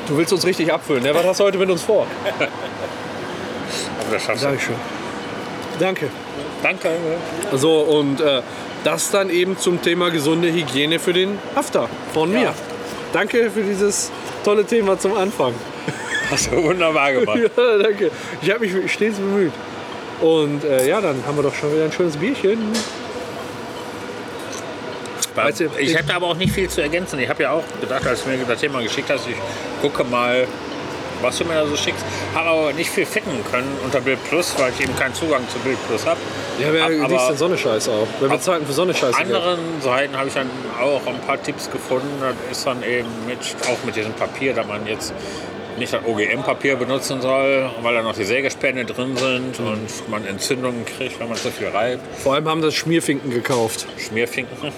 du willst uns richtig abfüllen. Ne? Was hast du heute mit uns vor? Aber das schaffst du. Dankeschön. Danke. Danke. So, und äh, das dann eben zum Thema gesunde Hygiene für den Hafter von mir. Danke für dieses tolle Thema zum Anfang. Hast du wunderbar gemacht. Ja, danke. Ich habe mich stets bemüht. Und äh, ja, dann haben wir doch schon wieder ein schönes Bierchen. Weißt du, ich hätte aber auch nicht viel zu ergänzen. Ich habe ja auch gedacht, als du mir das Thema geschickt hast, ich gucke mal, was du mir da so schickst. Habe aber nicht viel finden können unter Bild Plus, weil ich eben keinen Zugang zu Bild Plus habe. Ja, wer Ab- liest aber- denn Sonnescheiß auf? Wer bezahlt denn für Sonnescheiß? anderen Seiten habe ich dann auch ein paar Tipps gefunden. Das ist dann eben mit, auch mit diesem Papier, da man jetzt nicht das OGM-Papier benutzen soll, weil da noch die Sägespäne drin sind und man Entzündungen kriegt, wenn man zu viel reibt. Vor allem haben das Schmierfinken gekauft. Schmierfinken.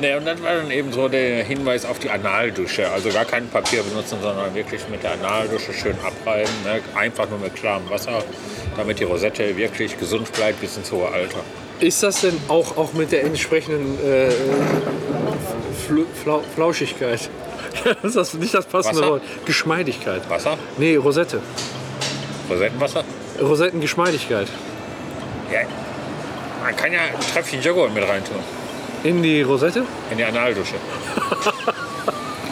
Ne, und dann war dann eben so der Hinweis auf die Analdusche. Also gar kein Papier benutzen, sondern wirklich mit der Analdusche schön abreiben. Ne? Einfach nur mit klarem Wasser, damit die Rosette wirklich gesund bleibt bis ins hohe Alter. Ist das denn auch, auch mit der entsprechenden äh, äh, Fl Flau Flauschigkeit? ist das nicht das passende Wasser? Wort? Geschmeidigkeit. Wasser? Nee, Rosette. Rosettenwasser? Rosettengeschmeidigkeit. Ja, man kann ja ein Tröpfchen Joghurt mit reintun. In die Rosette? In die Analdusche.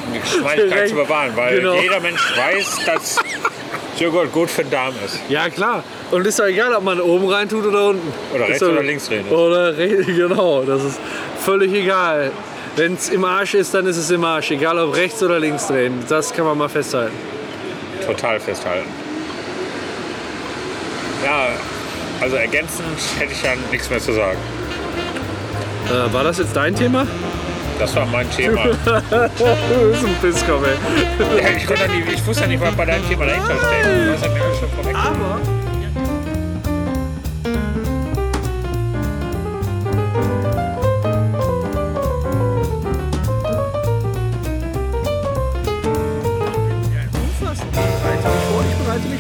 Um die Geschmeidigkeit zu bewahren, weil Genau. jeder Mensch weiß, dass Joghurt gut für den Darm ist. Ja, klar. Und ist doch egal, ob man oben reintut oder unten. Oder rechts Ist doch- oder links rein ist. Oder re- genau, das ist völlig egal. Wenn es im Arsch ist, dann ist es im Arsch. Egal ob rechts oder links drehen. Das kann man mal festhalten. Total festhalten. Ja, also ergänzend hätte ich ja nichts mehr zu sagen. Äh, war das jetzt dein Thema? Das war mein Thema. Du bist ein Pisskopf, ey. Ja, ich, konnte ja nie, ich wusste ja nicht, was bei deinem Thema dahinter steckt. Du hast ja mir schon vorweg. Aber.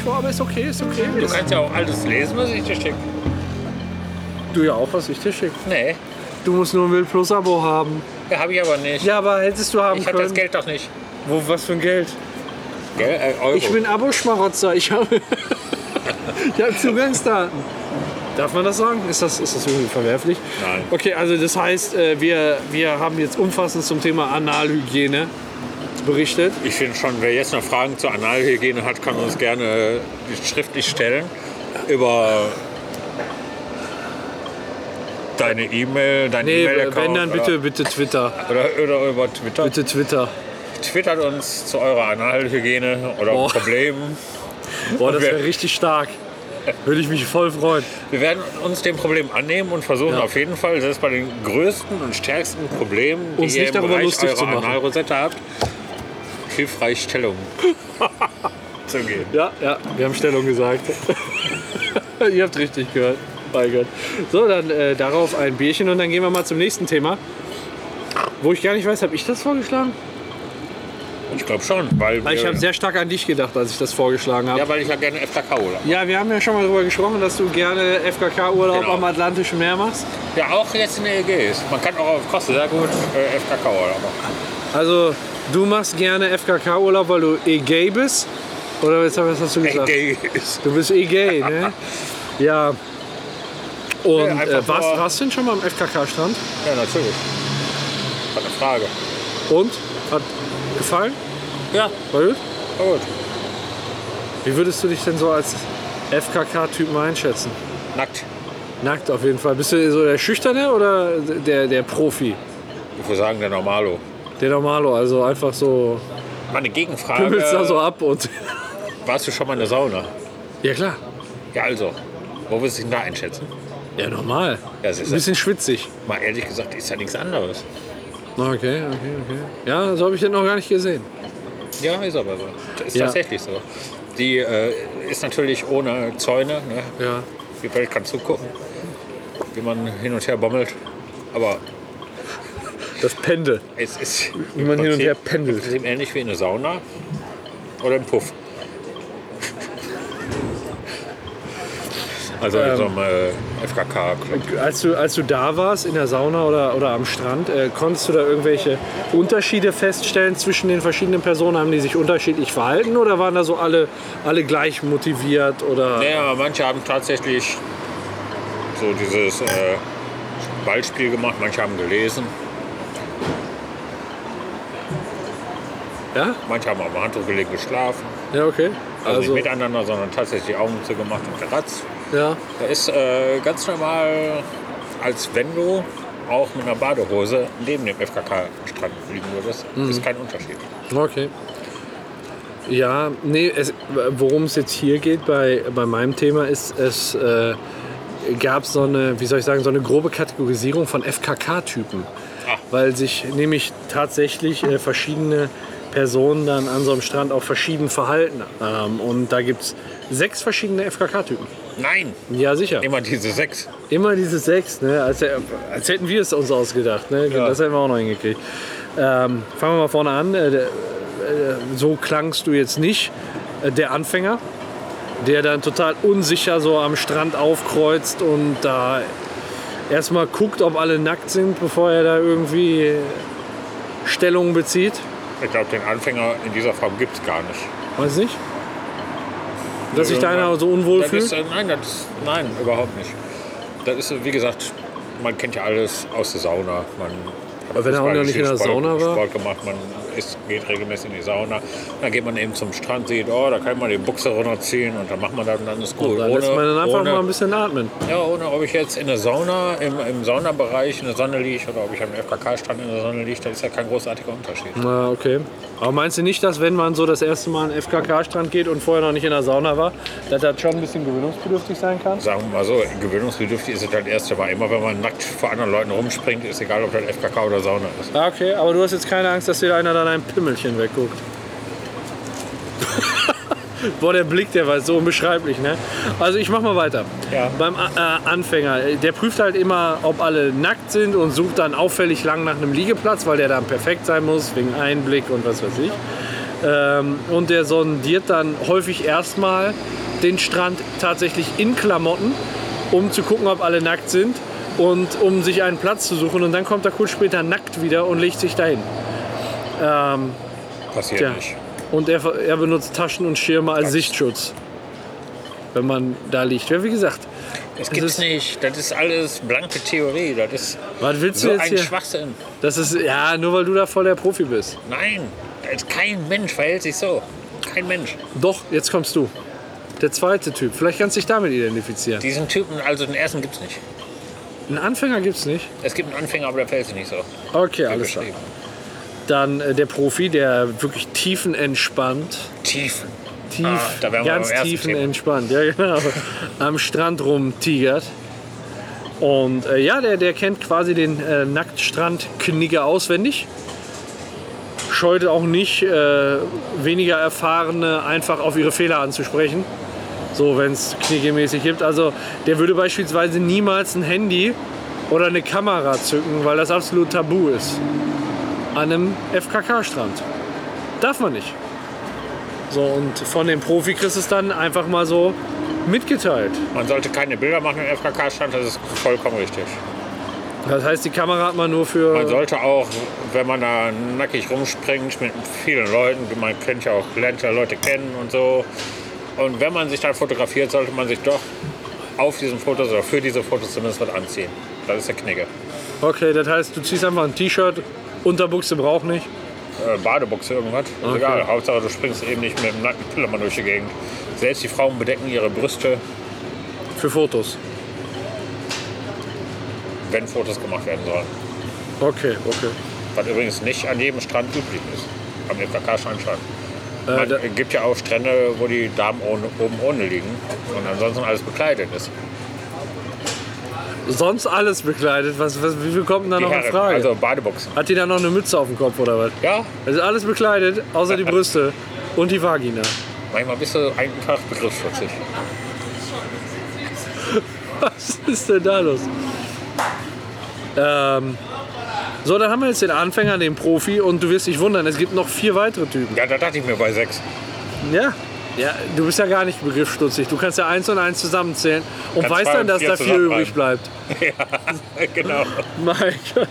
Aber ist okay, ist okay. Du kannst ja auch alles lesen, was ich dir schicke. du ja auch, was ich dir schicke. Nee, Du musst nur ein Bild Plus Abo haben. ja, habe ich aber nicht. Ja, aber hättest du haben ich habe können. das Geld doch nicht. Wo, was für ein Geld? Gell? Äh, Euro. Ich bin Aboschmarotzer. Ich habe ich habe Zugangsdaten. Darf man das sagen? Ist das, ist das irgendwie verwerflich? Nein. Okay, also das heißt, äh, wir, wir haben jetzt umfassend zum Thema Analhygiene berichtet. Ich finde schon, wer jetzt noch Fragen zur Analhygiene hat, kann uns gerne schriftlich stellen über deine E-Mail, dein Nee, E-Mail-Account. wenn dann bitte, bitte Twitter. Oder, oder, oder über Twitter. Bitte Twitter. Twittert uns zu eurer Analhygiene oder Oh. Problemen. Boah, das wir- wäre richtig stark. Würde ich mich voll freuen. Wir werden uns dem Problem annehmen und versuchen auf jeden Fall, selbst bei den größten und stärksten Problemen, die Uns ihr nicht im darüber Bereich lustig eurer zu machen. Analrosette habt, hilfreich Stellung zu geben. Ja, ja, wir haben Stellung gesagt. Ihr habt richtig gehört. Mein Gott. So, dann äh, darauf ein Bierchen und dann gehen wir mal zum nächsten Thema. Wo ich gar nicht weiß, habe ich das vorgeschlagen? Ich glaube schon, weil, Weil ich wir- habe sehr stark an dich gedacht, als ich das vorgeschlagen habe. ja, weil ich ja gerne FKK hole. Ja, wir haben ja schon mal darüber gesprochen, dass du gerne FKK-Urlaub Genau. am Atlantischen Meer machst. Ja, auch jetzt in der EG ist. Man kann auch auf Kosten sehr gut äh, FKK holen. aber- Also, du machst gerne FKK-Urlaub, weil du eh gay bist? Oder was was hast du gesagt? EG ist. Du bist eh gay, ne? ja. Und Nee, einfach äh, warst, nur- warst du denn schon mal am FKK-Strand? Ja, natürlich. Hat eine Frage. Und? Hat gefallen? Ja, War gut? na gut. Wie würdest du dich denn so als FKK-Typen einschätzen? Nackt. Nackt auf jeden Fall. Bist du so der Schüchterne oder der, der Profi? Ich würde sagen, der Normalo. Der Normalo, also einfach so Meine Gegenfrage. pimmelst da so ab und. Warst du schon mal in der Sauna? Ja, klar. Ja, also. Wo willst du dich denn da einschätzen? Ja, normal. Ja, Ein siehst du. bisschen schwitzig. Mal ehrlich gesagt, ist ja nichts anderes. Okay, okay, okay. Ja, so habe ich den noch gar nicht gesehen. Ja, ist aber so. Ist Ja. tatsächlich so. Die äh, ist natürlich ohne Zäune. Ne? Ja. Die Welt kann zugucken, wie man hin und her bommelt. Aber Das Pendel. es ist. Wie man hin und her pendelt. Es ist ähnlich wie in der Sauna oder im Puff. Also in so einem äh, FKK-Club. Als du, als du da warst, in der Sauna oder, oder am Strand, äh, konntest du da irgendwelche Unterschiede feststellen zwischen den verschiedenen Personen? Haben die sich unterschiedlich verhalten oder waren da so alle, alle gleich motiviert? Oder Naja, aber manche haben tatsächlich so dieses äh, Ballspiel gemacht, manche haben gelesen, Ja? manche haben auf dem Handtuch gelegen geschlafen. Ja, okay. Also, Also, nicht miteinander, sondern tatsächlich Augen zu gemacht und geratzt. ja. Da ist äh, ganz normal, als wenn du auch mit einer Badehose neben dem FKK-Strand liegen würdest. Ist kein Unterschied. Okay. Ja, nee, es- worum es jetzt hier geht bei, bei meinem Thema ist, es äh, gab so eine, wie soll ich sagen, so eine grobe Kategorisierung von FKK-Typen. Ah. Weil sich nämlich tatsächlich äh, verschiedene Personen dann an so einem Strand auch verschieden verhalten. Ähm, und da gibt es sechs verschiedene FKK-Typen. Nein, Ja, sicher. immer diese sechs. Immer diese sechs, ne? als, als hätten wir es uns ausgedacht. Ne? Das hätten wir auch noch hingekriegt. Ähm, fangen wir mal vorne an. Äh, der, äh, so klangst du jetzt nicht. Äh, der Anfänger, der dann total unsicher so am Strand aufkreuzt und da erstmal guckt, ob alle nackt sind, bevor er da irgendwie Stellung bezieht. Ich glaube, den Anfänger in dieser Form gibt es gar nicht. Weiß nicht. Dass sich da Irgendwann- einer so unwohl Das fühlt. ist, äh, nein, das ist, nein, überhaupt nicht. das ist so, wie gesagt, man kennt ja alles aus der Sauna. Man hat Aber wenn er auch Fußball noch nicht in der gespielt, Sport- Sauna war? Sport gemacht, man ist, geht regelmäßig in die Sauna. Dann geht man eben zum Strand, sieht, oh, da kann man die Buchse runterziehen und dann macht man das und dann ist gut. Oh, Dann lässt man dann einfach mal ein bisschen atmen. Ja, ohne ob ich jetzt in der Sauna, im, im Saunabereich in der Sonne liege oder ob ich am FKK-Strand in der Sonne liege, da ist ja kein großartiger Unterschied. Na, Ah, okay. Aber meinst du nicht, dass wenn man so das erste Mal an den FKK-Strand geht und vorher noch nicht in der Sauna war, dass das schon ein bisschen gewöhnungsbedürftig sein kann? Sagen wir mal so, gewöhnungsbedürftig ist es halt erste Mal. Immer wenn man nackt vor anderen Leuten rumspringt, ist egal, ob das FKK oder Sauna ist. Ah, Okay, aber du hast jetzt keine Angst, dass dir einer dann ein Pimmelchen wegguckt. Boah, der Blick, der war so unbeschreiblich, ne? Also ich mach mal weiter. Ja. Beim A- äh, Anfänger, äh, der prüft halt immer, ob alle nackt sind und sucht dann auffällig lang nach einem Liegeplatz, weil der dann perfekt sein muss, wegen Einblick und was weiß ich. Ähm, und der sondiert dann häufig erstmal den Strand tatsächlich in Klamotten, um zu gucken, ob alle nackt sind und um sich einen Platz zu suchen. Und dann kommt er kurz später nackt wieder und legt sich dahin. Passiert Tja. nicht. Und er, ver- er benutzt Taschen und Schirme als Sichtschutz, wenn man da liegt. Ja, wie gesagt, Das gibt's gibt's nicht. Das ist alles blanke Theorie. Das ist was willst du so jetzt ein hier? Schwachsinn. Das ist ja nur weil du da voll der Profi bist. Nein, das- kein Mensch verhält sich so. Kein Mensch. Doch, jetzt kommst du. Der zweite Typ. Vielleicht kannst du dich damit identifizieren. Diesen Typen, also den ersten gibt's nicht. Einen Anfänger gibt's nicht. Es gibt einen Anfänger, aber der verhält sich nicht so. Okay, Wie alles klar. beschrieben. Dann äh, der Profi, der wirklich tiefenentspannt. Tiefen. Tief, Ah, da wären wir ganz beim ersten tiefenentspannt. Ja, genau. Am Strand rumtigert. Und äh, ja, der, der kennt quasi den äh, Nacktstrandknigge auswendig. Scheut auch nicht, äh, weniger Erfahrene einfach auf ihre Fehler anzusprechen. So, wenn es kniggemäßig gibt. Also, der würde beispielsweise niemals ein Handy oder eine Kamera zücken, weil das absolut tabu ist. An einem FKK-Strand. Darf man nicht. So, und von dem Profi kriegst du es dann einfach mal so mitgeteilt. Man sollte keine Bilder machen im FKK-Stand, das ist vollkommen richtig. Das heißt, die Kamera hat man nur Man für. sollte auch, wenn man da nackig rumspringt mit vielen Leuten, man kennt ja auch lernt ja Leute kennen und so. Und wenn man sich dann fotografiert, sollte man sich doch auf diesen Fotos oder für diese Fotos zumindest was anziehen. Das ist der Knigge. Okay, das heißt, du ziehst einfach ein T-Shirt, Unterbuchse braucht nicht. Äh, Badebuchse, irgendwas. Ist Okay. Egal, Hauptsache du springst eben nicht mit dem nackten Pillermann durch die Gegend. Selbst die Frauen bedecken ihre Brüste, Für Fotos. wenn Fotos gemacht werden sollen. Okay, okay. Was übrigens nicht an jedem Strand üblich ist. Am FKK-Strand schon. Man, Äh, da- Äh, es gibt ja auch Strände, wo die Damen ohne, oben ohne liegen und ansonsten alles bekleidet ist. Sonst alles bekleidet. Was, was, wie viel kommt denn da Die noch in Herren, Frage? Also Badeboxen. Hat die da noch eine Mütze auf dem Kopf oder was? Ja, Also alles bekleidet, außer die Brüste und die Vagina. manchmal bist du einen Tag begriffsschützig. Was ist denn da los? Ähm, so, dann haben wir jetzt den Anfänger, den Profi und du wirst dich wundern, es gibt noch vier weitere Typen. Ja, da dachte ich mir bei sechs. Ja. Ja, du bist ja gar nicht begriffsstutzig. Du kannst ja eins und eins zusammenzählen und Kannst weißt zwei dann, und dass vier da vier übrig zusammenreimen. bleibt. ja, genau. Mein Gott.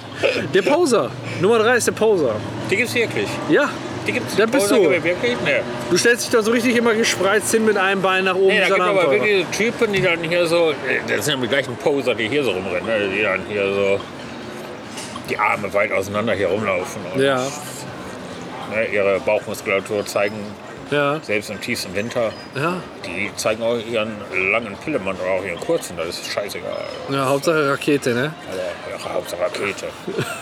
Der Poser. Nummer drei ist der Poser. Die gibt's wirklich. Ja. Die gibt's Da bist Oh, du. da gibt's wirklich? Nee. Du stellst dich da so richtig immer gespreizt hin mit einem Bein nach oben. Nee, da wie so ein gibt aber Abenteurer. wirklich diese Typen, die dann hier so. Das sind ja die gleichen Poser, die hier so rumrennen, ne? die dann hier so die Arme weit auseinander hier rumlaufen und ja, ne, ihre Bauchmuskulatur zeigen, ja, selbst im tiefsten Winter. ja. Die zeigen auch ihren langen Pillemann oder auch ihren kurzen, das ist scheißegal. Ja, Hauptsache Rakete, ne? Also, ja, Hauptsache Rakete.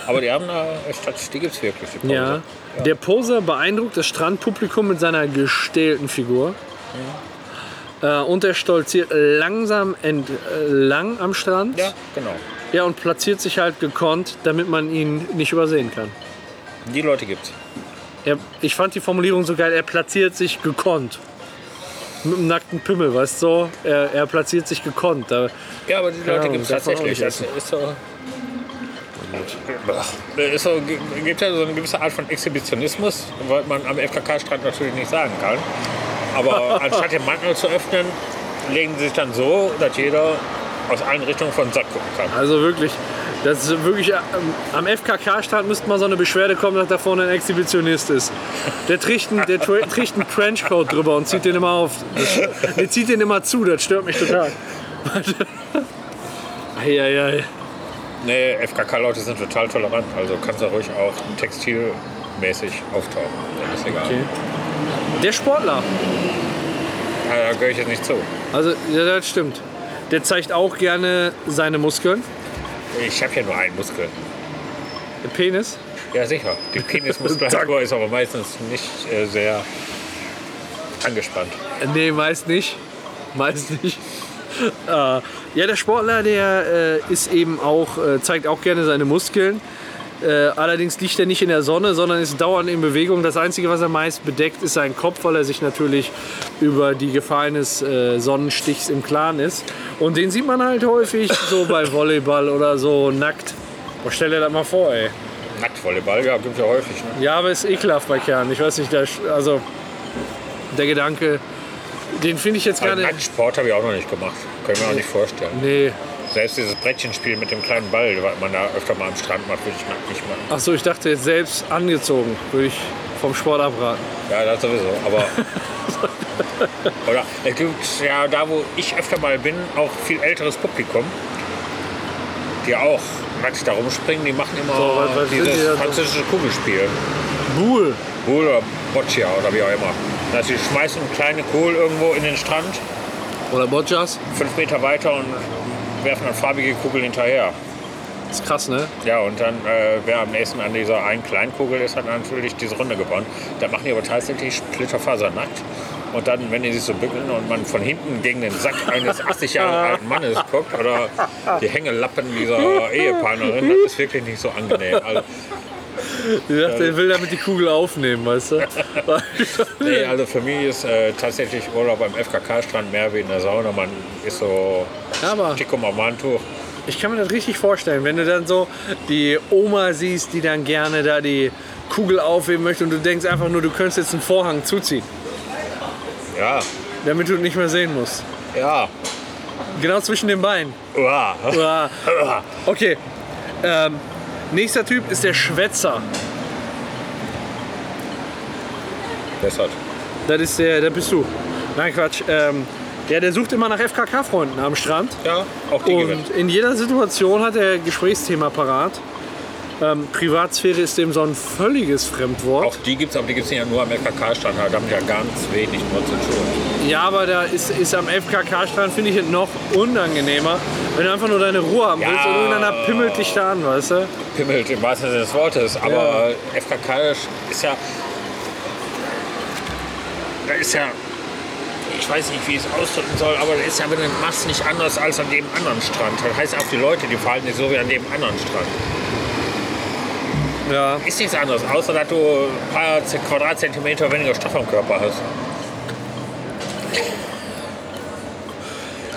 Aber die haben da statt, die gibt's wirklich. Die Pause. Ja. Der Poser beeindruckt das Strandpublikum mit seiner gestählten Figur. Mhm. Äh, und er stolziert langsam entlang am Strand. Ja, genau. Ja, und platziert sich halt gekonnt, damit man ihn nicht übersehen kann. Die Leute gibt's. Er, ich fand die Formulierung so geil, er platziert sich gekonnt. Mit dem nackten Pimmel, weißt du? so? Er, er platziert sich gekonnt. Da, Ja, aber die Keine Leute Ahnung, gibt's darf man auch tatsächlich. nicht Das ist so. Das Ist so, gibt ja so eine gewisse Art von Exhibitionismus, was man am FKK-Strand natürlich nicht sagen kann. Aber anstatt den Mantel zu öffnen, legen sie sich dann so, dass jeder aus allen Richtungen von den Sack gucken kann. also wirklich, das ist wirklich, ähm, am FKK-Start müsste mal so eine Beschwerde kommen, dass da vorne ein Exhibitionist ist. Der trägt einen, der tra- trägt einen Trenchcoat drüber und zieht den immer auf. Das, der zieht den immer zu, das stört mich total. Eieiei. Nee, FKK-Leute sind total tolerant, also kannst du ruhig auch textilmäßig auftauchen. Das ist egal. Okay. Der Sportler. Da gehöre ich jetzt nicht zu. Also, ja, das stimmt. Der zeigt auch gerne seine Muskeln. Ich habe ja nur einen Muskel. Der Penis. Ja, sicher. Die Penismuskulatur ist aber meistens nicht äh, sehr angespannt. Äh, Nee, meist nicht. Meist nicht. Äh, ja, der Sportler, der äh, ist eben auch, äh, zeigt auch gerne seine Muskeln. Äh, allerdings liegt er nicht in der Sonne, sondern ist dauernd in Bewegung. Das Einzige, was er meist bedeckt, ist sein Kopf, weil er sich natürlich über die Gefahr eines äh, Sonnenstichs im Klaren ist. Und den sieht man halt häufig so bei Volleyball oder so nackt. Boah, stell dir das mal vor, ey. Nacktvolleyball, ja, gibt ja häufig. Ne? Ja, aber ist ekelhaft bei Kern. Ich weiß nicht, der, also der Gedanke, den finde ich jetzt gar Also nicht. Nacktsport habe ich auch noch nicht gemacht. Können wir auch nicht vorstellen. Nee. Selbst dieses Brettchenspiel mit dem kleinen Ball, was man da öfter mal am Strand macht, würde ich nackt nicht machen. Achso, ich dachte jetzt selbst angezogen, würde ich vom Sport abraten. Ja, das sowieso. Aber. oder es gibt ja da, wo ich öfter mal bin, auch viel älteres Publikum, die auch nackt da rumspringen. Die machen immer So, was- was sind dieses die da so? französische Kugelspiel. Buhl. Kohl oder Boccia oder wie auch immer. Das heißt, die schmeißen einen kleinen Kohl irgendwo in den Strand, Oder Bodgers. fünf Meter weiter und werfen dann farbige Kugeln hinterher. Ist krass, ne? Ja, und dann, äh, wer am nächsten an dieser einen Kleinkugel ist, hat natürlich diese Runde gewonnen. Da machen die aber tatsächlich splitterfasernackt. Und dann, wenn die sich so bücken und man von hinten gegen den Sack eines 80 Jahre alten Mannes guckt oder die Hängelappen dieser Ehepartnerin, das ist wirklich nicht so angenehm. Also, Ich dachte, er will damit die Kugel aufnehmen, weißt du? Nee, also für mich ist äh, tatsächlich Urlaub am FKK-Strand mehr wie in der Sauna. Man ist so Aber dick um am Handtuch. ich kann mir das richtig vorstellen, wenn du dann so die Oma siehst, die dann gerne da die Kugel aufheben möchte und du denkst einfach nur, du könntest jetzt einen Vorhang zuziehen, Ja, damit du nicht mehr sehen musst. ja. Genau zwischen den Beinen. Uah. Uah. Okay. Ähm, nächster Typ ist der Schwätzer. Das hat. Das ist der, da bist du. Nein, Quatsch. Ähm, ja, der sucht immer nach FKK-Freunden am Strand. Ja, auch die gewinnt. Und in jeder Situation hat er Gesprächsthema parat. Ähm, Privatsphäre ist dem so ein völliges Fremdwort. Auch die gibt es, aber die gibt es ja nur am FKK-Strand. Da haben die ja ganz wenig nur zu tun. Ja, aber da ist, ist am FKK-Strand, finde ich, es noch unangenehmer, wenn du einfach nur deine Ruhe haben Ja. willst und irgendeiner pimmelt dich da an, weißt du? Pimmelt im wahrsten Sinne des Wortes. Aber FKK ist ja. Da ist ja. Ich weiß nicht, wie ich es ausdrücken soll, aber das ist ja, wenn du das machst, nicht anders als an dem anderen Strand. Das heißt auch, die Leute, die verhalten sich so wie an dem anderen Strand. Ja. Ist nichts anderes, außer dass du ein paar Z- Quadratzentimeter weniger Stoff am Körper hast.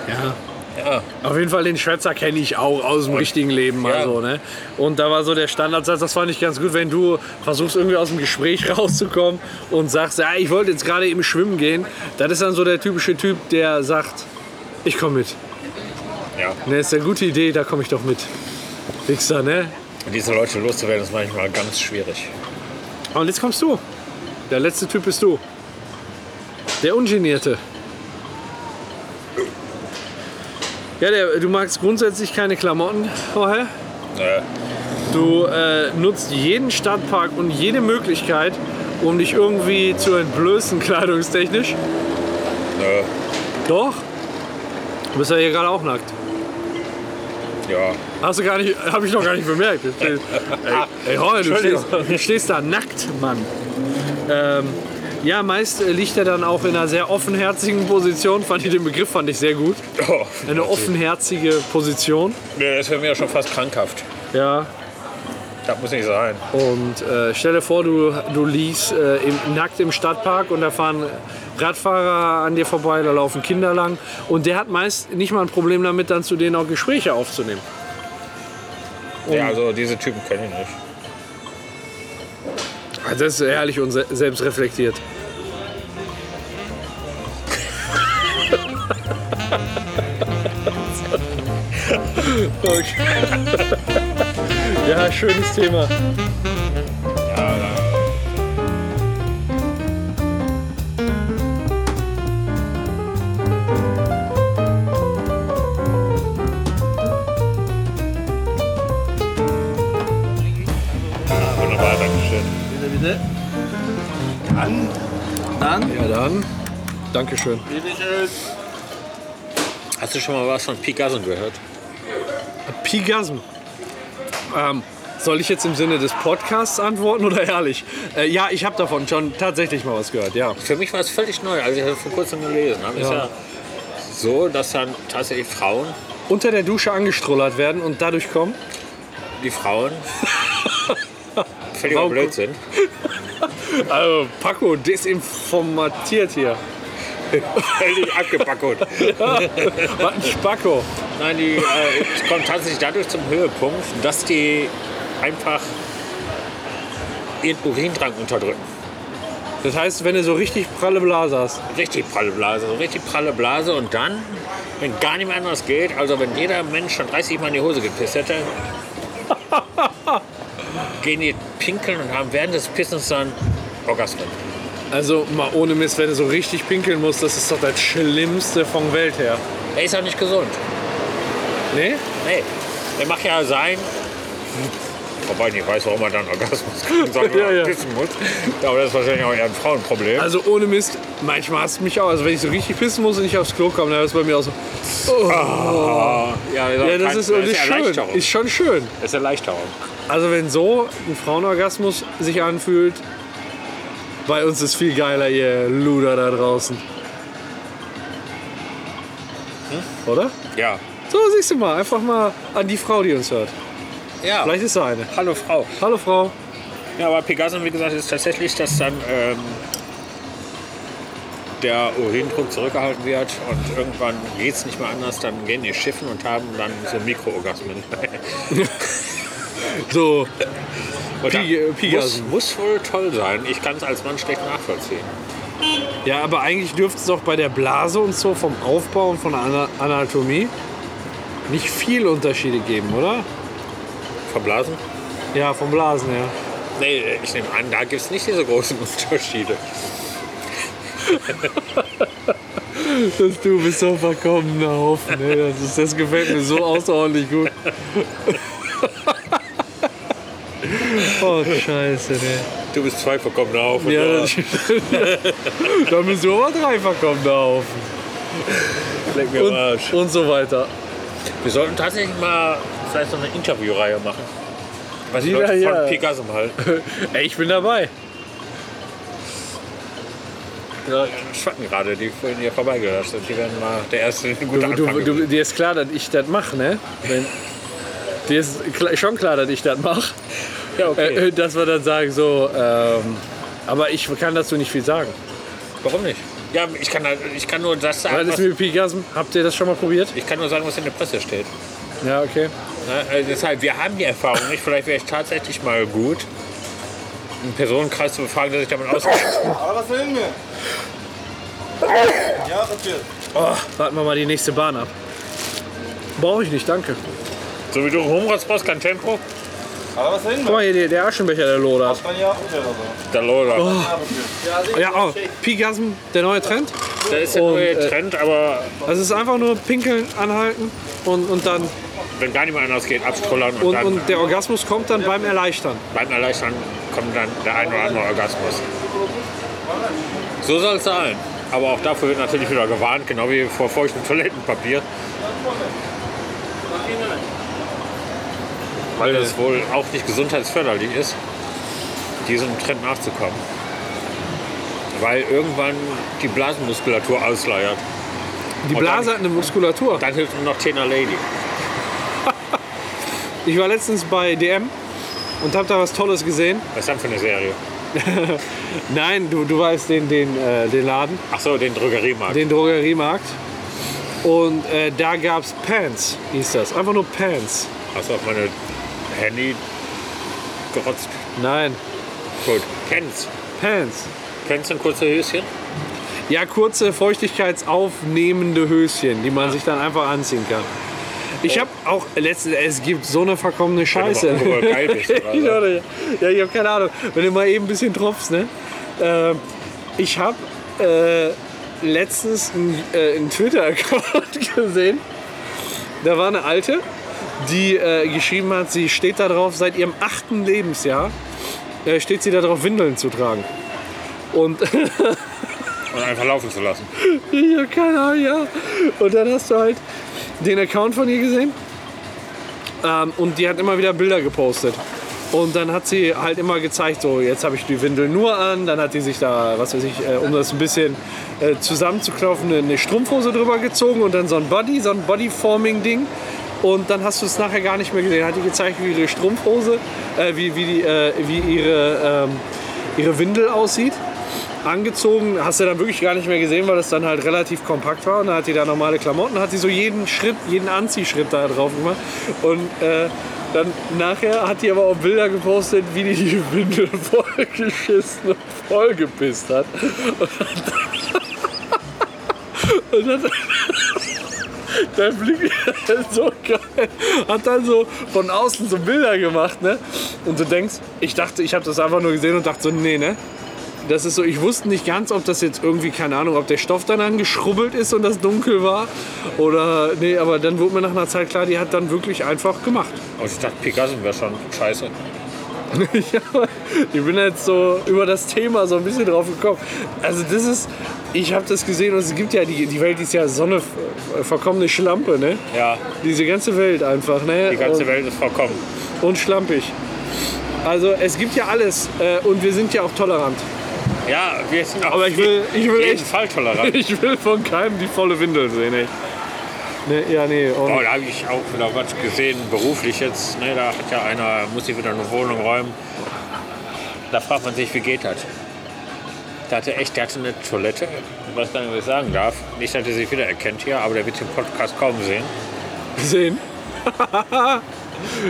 ja. Ja, Auf jeden Fall den Schwätzer kenne ich auch aus dem richtigen Leben. ja. Also, ne? Und da war so der Standardsatz, das fand ich ganz gut, wenn du versuchst irgendwie aus dem Gespräch rauszukommen und sagst, ja, ich wollte jetzt gerade eben schwimmen gehen. Das ist dann so der typische Typ, der sagt, ich komme mit. ja. Ne, ist eine gute Idee, da komme ich doch mit. Wichser, ne? Diese Leute loszuwerden ist manchmal ganz schwierig. Und jetzt kommst du. Der letzte Typ bist du. Der Ungenierte. Ja, der, du magst grundsätzlich keine Klamotten vorher. Äh, Du äh, nutzt jeden Stadtpark und jede Möglichkeit, um dich irgendwie zu entblößen, kleidungstechnisch. nö, Doch. Du bist ja hier gerade auch nackt. ja. Hast du gar nicht, habe ich noch gar nicht bemerkt. Ey, ey Horne, du Entschuldigung. stehst, du stehst da nackt, Mann. Ähm, ja, meist äh, liegt er dann auch in einer sehr offenherzigen Position. Fand ich den Begriff fand ich sehr gut. Oh, Eine offenherzige Position. nee, das ist für mich ja schon fast krankhaft. Ja, Das muss nicht sein. Und äh, stell dir vor, du, du liegst äh, im, nackt im Stadtpark und da fahren Radfahrer an dir vorbei, da laufen Kinder lang. Und der hat meist nicht mal ein Problem damit, dann zu denen auch Gespräche aufzunehmen. Ja, also diese Typen kenne ich nicht. Also das ist ehrlich und se selbstreflektiert. okay. ja, schönes Thema. Dankeschön. Bitte, bitte. Dann. Dann. Ja, dann. Dankeschön. Bitte schön. Hast du schon mal was von Picasso gehört? Pigasm. Ähm, soll ich jetzt im Sinne des Podcasts antworten oder ehrlich? Äh, ja, ich habe davon schon tatsächlich mal was gehört, ja. Für mich war es völlig neu, als ich das vor kurzem gelesen habe. Ist Ja. ja so, dass dann tatsächlich Frauen, Unter der Dusche angestrollert werden und dadurch kommen? die Frauen völliger Warum- blöd sind. Also, Paco desinformatiert hier. Völlig abgepackert. Was ein Spacko. Nein, die äh, es kommt tatsächlich dadurch zum Höhepunkt, dass die einfach ihren Urindrang unterdrücken. Das heißt, wenn du so richtig pralle Blase hast. Richtig pralle Blase, so richtig pralle Blase und dann, wenn gar nicht mehr anders geht, also wenn jeder Mensch schon 30 Mal in die Hose gepisst hätte, gehen die pinkeln und haben während des Pissens dann Orgasmen. Also mal ohne Mist, wenn du so richtig pinkeln musst, das ist doch das Schlimmste von Welt her. Er ist ja nicht gesund. Nee? Nee, der macht ja sein. Wobei ich nicht weiß, warum er dann Orgasmus kriegen soll, wenn Ja, er ja. pissen muss. Aber das ist wahrscheinlich auch eher ein Frauenproblem. Also ohne Mist, manchmal hast du mich auch. Also wenn ich so richtig pissen muss und nicht aufs Klo komme, dann ist bei mir auch so. Ah. ja, Ja, das ist, das ist schön. Erleichterung. Ist schon schön. das ist Erleichterung. Also wenn so ein Frauenorgasmus sich anfühlt, bei uns ist viel geiler, ihr Luder da draußen. Hm? Oder? Ja. So, siehst du mal, einfach mal an die Frau, die uns hört. ja. Vielleicht ist da eine. Hallo Frau. Hallo Frau. Ja, aber Pegasus, wie gesagt, ist tatsächlich, dass dann ähm, der Urindruck zurückgehalten wird und irgendwann geht es nicht mehr anders. Dann gehen die Schiffen und haben dann so Mikroorgasmen. So, Und Pi- äh, dann- muss, Pegasus. muss wohl toll sein. Ich kann es als Mann schlecht nachvollziehen. ja, aber eigentlich dürfte es doch bei der Blase und so vom Aufbau und von der Ana- Anatomie nicht viel Unterschiede geben, oder? Verblasen? Ja, vom Blasen her. Nee, äh, ich nehme an, da gibt es nicht diese großen Unterschiede. Dass du bist so ein verkommener Haufen. ey. ne, Das, ist, das gefällt mir so außerordentlich gut. Oh, scheiße, ne. Du bist zwei verkommene auf. und Ja, du- das da müssen wir aber drei verkommener Haufen. leck mir am Arsch. Und, und so weiter. Wir sollten tatsächlich mal vielleicht so eine Interviewreihe machen. Was die Ja, Leute ja. von Pegasus halten. Ey, ich bin dabei. Ja, schwacken gerade, die vorhin hier vorbeigelassen sind. Die werden mal der erste gute Du, du, Anfang. du, dir ist klar, dass ich das mache, ne? Wenn, dir ist kla- schon klar, dass ich das mache. ja, okay. Äh, dass wir dann sagen, so, ähm, aber ich kann dazu nicht viel sagen. Warum nicht? Ja, ich kann, halt- ich kann nur das Weil sagen, das was, mit Pigasm, habt ihr das schon mal probiert? ich kann nur sagen, was in der Presse steht. Ja, okay. Ne? Also deshalb, wir haben die Erfahrung nicht. Vielleicht wäre ich tatsächlich mal gut, einen Personenkreis zu befragen, der sich damit auskennt. Aber was will mir? Ja, was will? Oh, warten wir mal die nächste Bahn ab. Brauche ich nicht, danke. so wie du Humrots brauchst, kein Tempo. Aber was will Guck mir? mal hier, der, der Aschenbecher, der lodert. Kann ja auch oder so. Da Lola. Oh, Ja, oh, Pigasm, der neue Trend. Da ist der Und, neue äh, Trend, aber Also es ist einfach nur pinkeln, anhalten und, und dann. wenn gar nicht mehr anders geht, abstrollern und, Und, dann und der Orgasmus kommt dann beim Erleichtern. beim Erleichtern kommt dann der ein oder andere Orgasmus. So soll es sein. Aber auch dafür wird natürlich wieder gewarnt, genau wie vor feuchtem Toilettenpapier. Weil das wohl auch nicht gesundheitsförderlich ist, diesem Trend nachzukommen. Weil irgendwann die Blasenmuskulatur ausleiert. Die Und Blase hat eine Muskulatur. Dann hilft nur noch Tena Lady. Ich war letztens bei DM und habe da was Tolles gesehen. Was ist das für eine Serie? Nein, du, du weißt den, den, äh, den Laden, Achso, den Drogeriemarkt. den Drogeriemarkt. Und äh, da gab es Pants, hieß das. Einfach nur Pants. Hast du auf meine Handy gerotzt? Nein, Gut. Pants. Pants. Pants sind kurze Höschen? Ja, kurze feuchtigkeitsaufnehmende Höschen, die man sich dann einfach anziehen kann. Ich habe auch letztens, es gibt so eine verkommene Scheiße. Wenn du mal geil bist, oder? Ich auch nicht. ja, ich habe keine Ahnung. Wenn du mal eben ein bisschen tropfst, ne? Ähm, ich habe äh, letztens einen äh, einen Twitter-Account gesehen. Da war eine alte, die äh, geschrieben hat, sie steht da drauf seit ihrem achten Lebensjahr äh, steht sie darauf, Windeln zu tragen. Und Und einfach laufen zu lassen. ich hab keine Ahnung, ja. Und dann hast du halt den Account von ihr gesehen. Ähm, und die hat immer wieder Bilder gepostet. Und dann hat sie halt immer gezeigt, so jetzt habe ich die Windel nur an. Dann hat die sich da, was weiß ich, äh, um das ein bisschen äh, zusammenzuknaufen, eine Strumpfhose drüber gezogen und dann so ein Body, so ein Bodyforming-Ding. Und dann hast du es nachher gar nicht mehr gesehen. Hat die gezeigt, wie ihre Strumpfhose, äh, wie, wie, die, äh, wie ihre, ähm, ihre Windel aussieht angezogen, hast du dann wirklich gar nicht mehr gesehen, weil das dann halt relativ kompakt war. Und dann hat die da normale Klamotten, hat sie so jeden Schritt, jeden Anziehschritt da drauf gemacht. Und äh, dann nachher hat die aber auch Bilder gepostet, wie die die Windel vollgeschissen und vollgepisst hat. Und dann, und dann der Blick ist halt so geil. Hat dann so von außen so Bilder gemacht, ne? Und du denkst, ich dachte, ich habe das einfach nur gesehen und dachte so, nee, ne? Das ist so, ich wusste nicht ganz, ob das jetzt irgendwie, keine Ahnung, ob der Stoff dann angeschrubbelt ist und das dunkel war. Oder, nee, aber dann wurde mir nach einer Zeit klar, die hat dann wirklich einfach gemacht. Und Oh, ich dachte, Pegasus wäre schon scheiße. Ja, ich bin jetzt so über das Thema so ein bisschen drauf gekommen. Also das ist, ich habe das gesehen und es gibt ja, die, die Welt ist ja so eine f- verkommene Schlampe, ne? Ja, Diese ganze Welt einfach, ne? die ganze und, Welt ist vollkommen. und schlampig. Also es gibt ja alles äh, und wir sind ja auch tolerant. Ja, wir sind auf Aber ich will- ich will jeden echt- Fall tolerant. Ich will von keinem die volle Windel sehen, ey. Ne, ja, nee. Und Oh, da habe ich auch wieder was gesehen, beruflich jetzt. Ne, da hat ja einer, muss sich wieder eine Wohnung räumen. Da fragt man sich, wie geht das? Da hatte echt, der hatte eine Toilette, ich weiß gar nicht, was ich sagen darf. Nicht, dass er sich wieder erkennt hier, aber der wird den Podcast kaum sehen. sehen.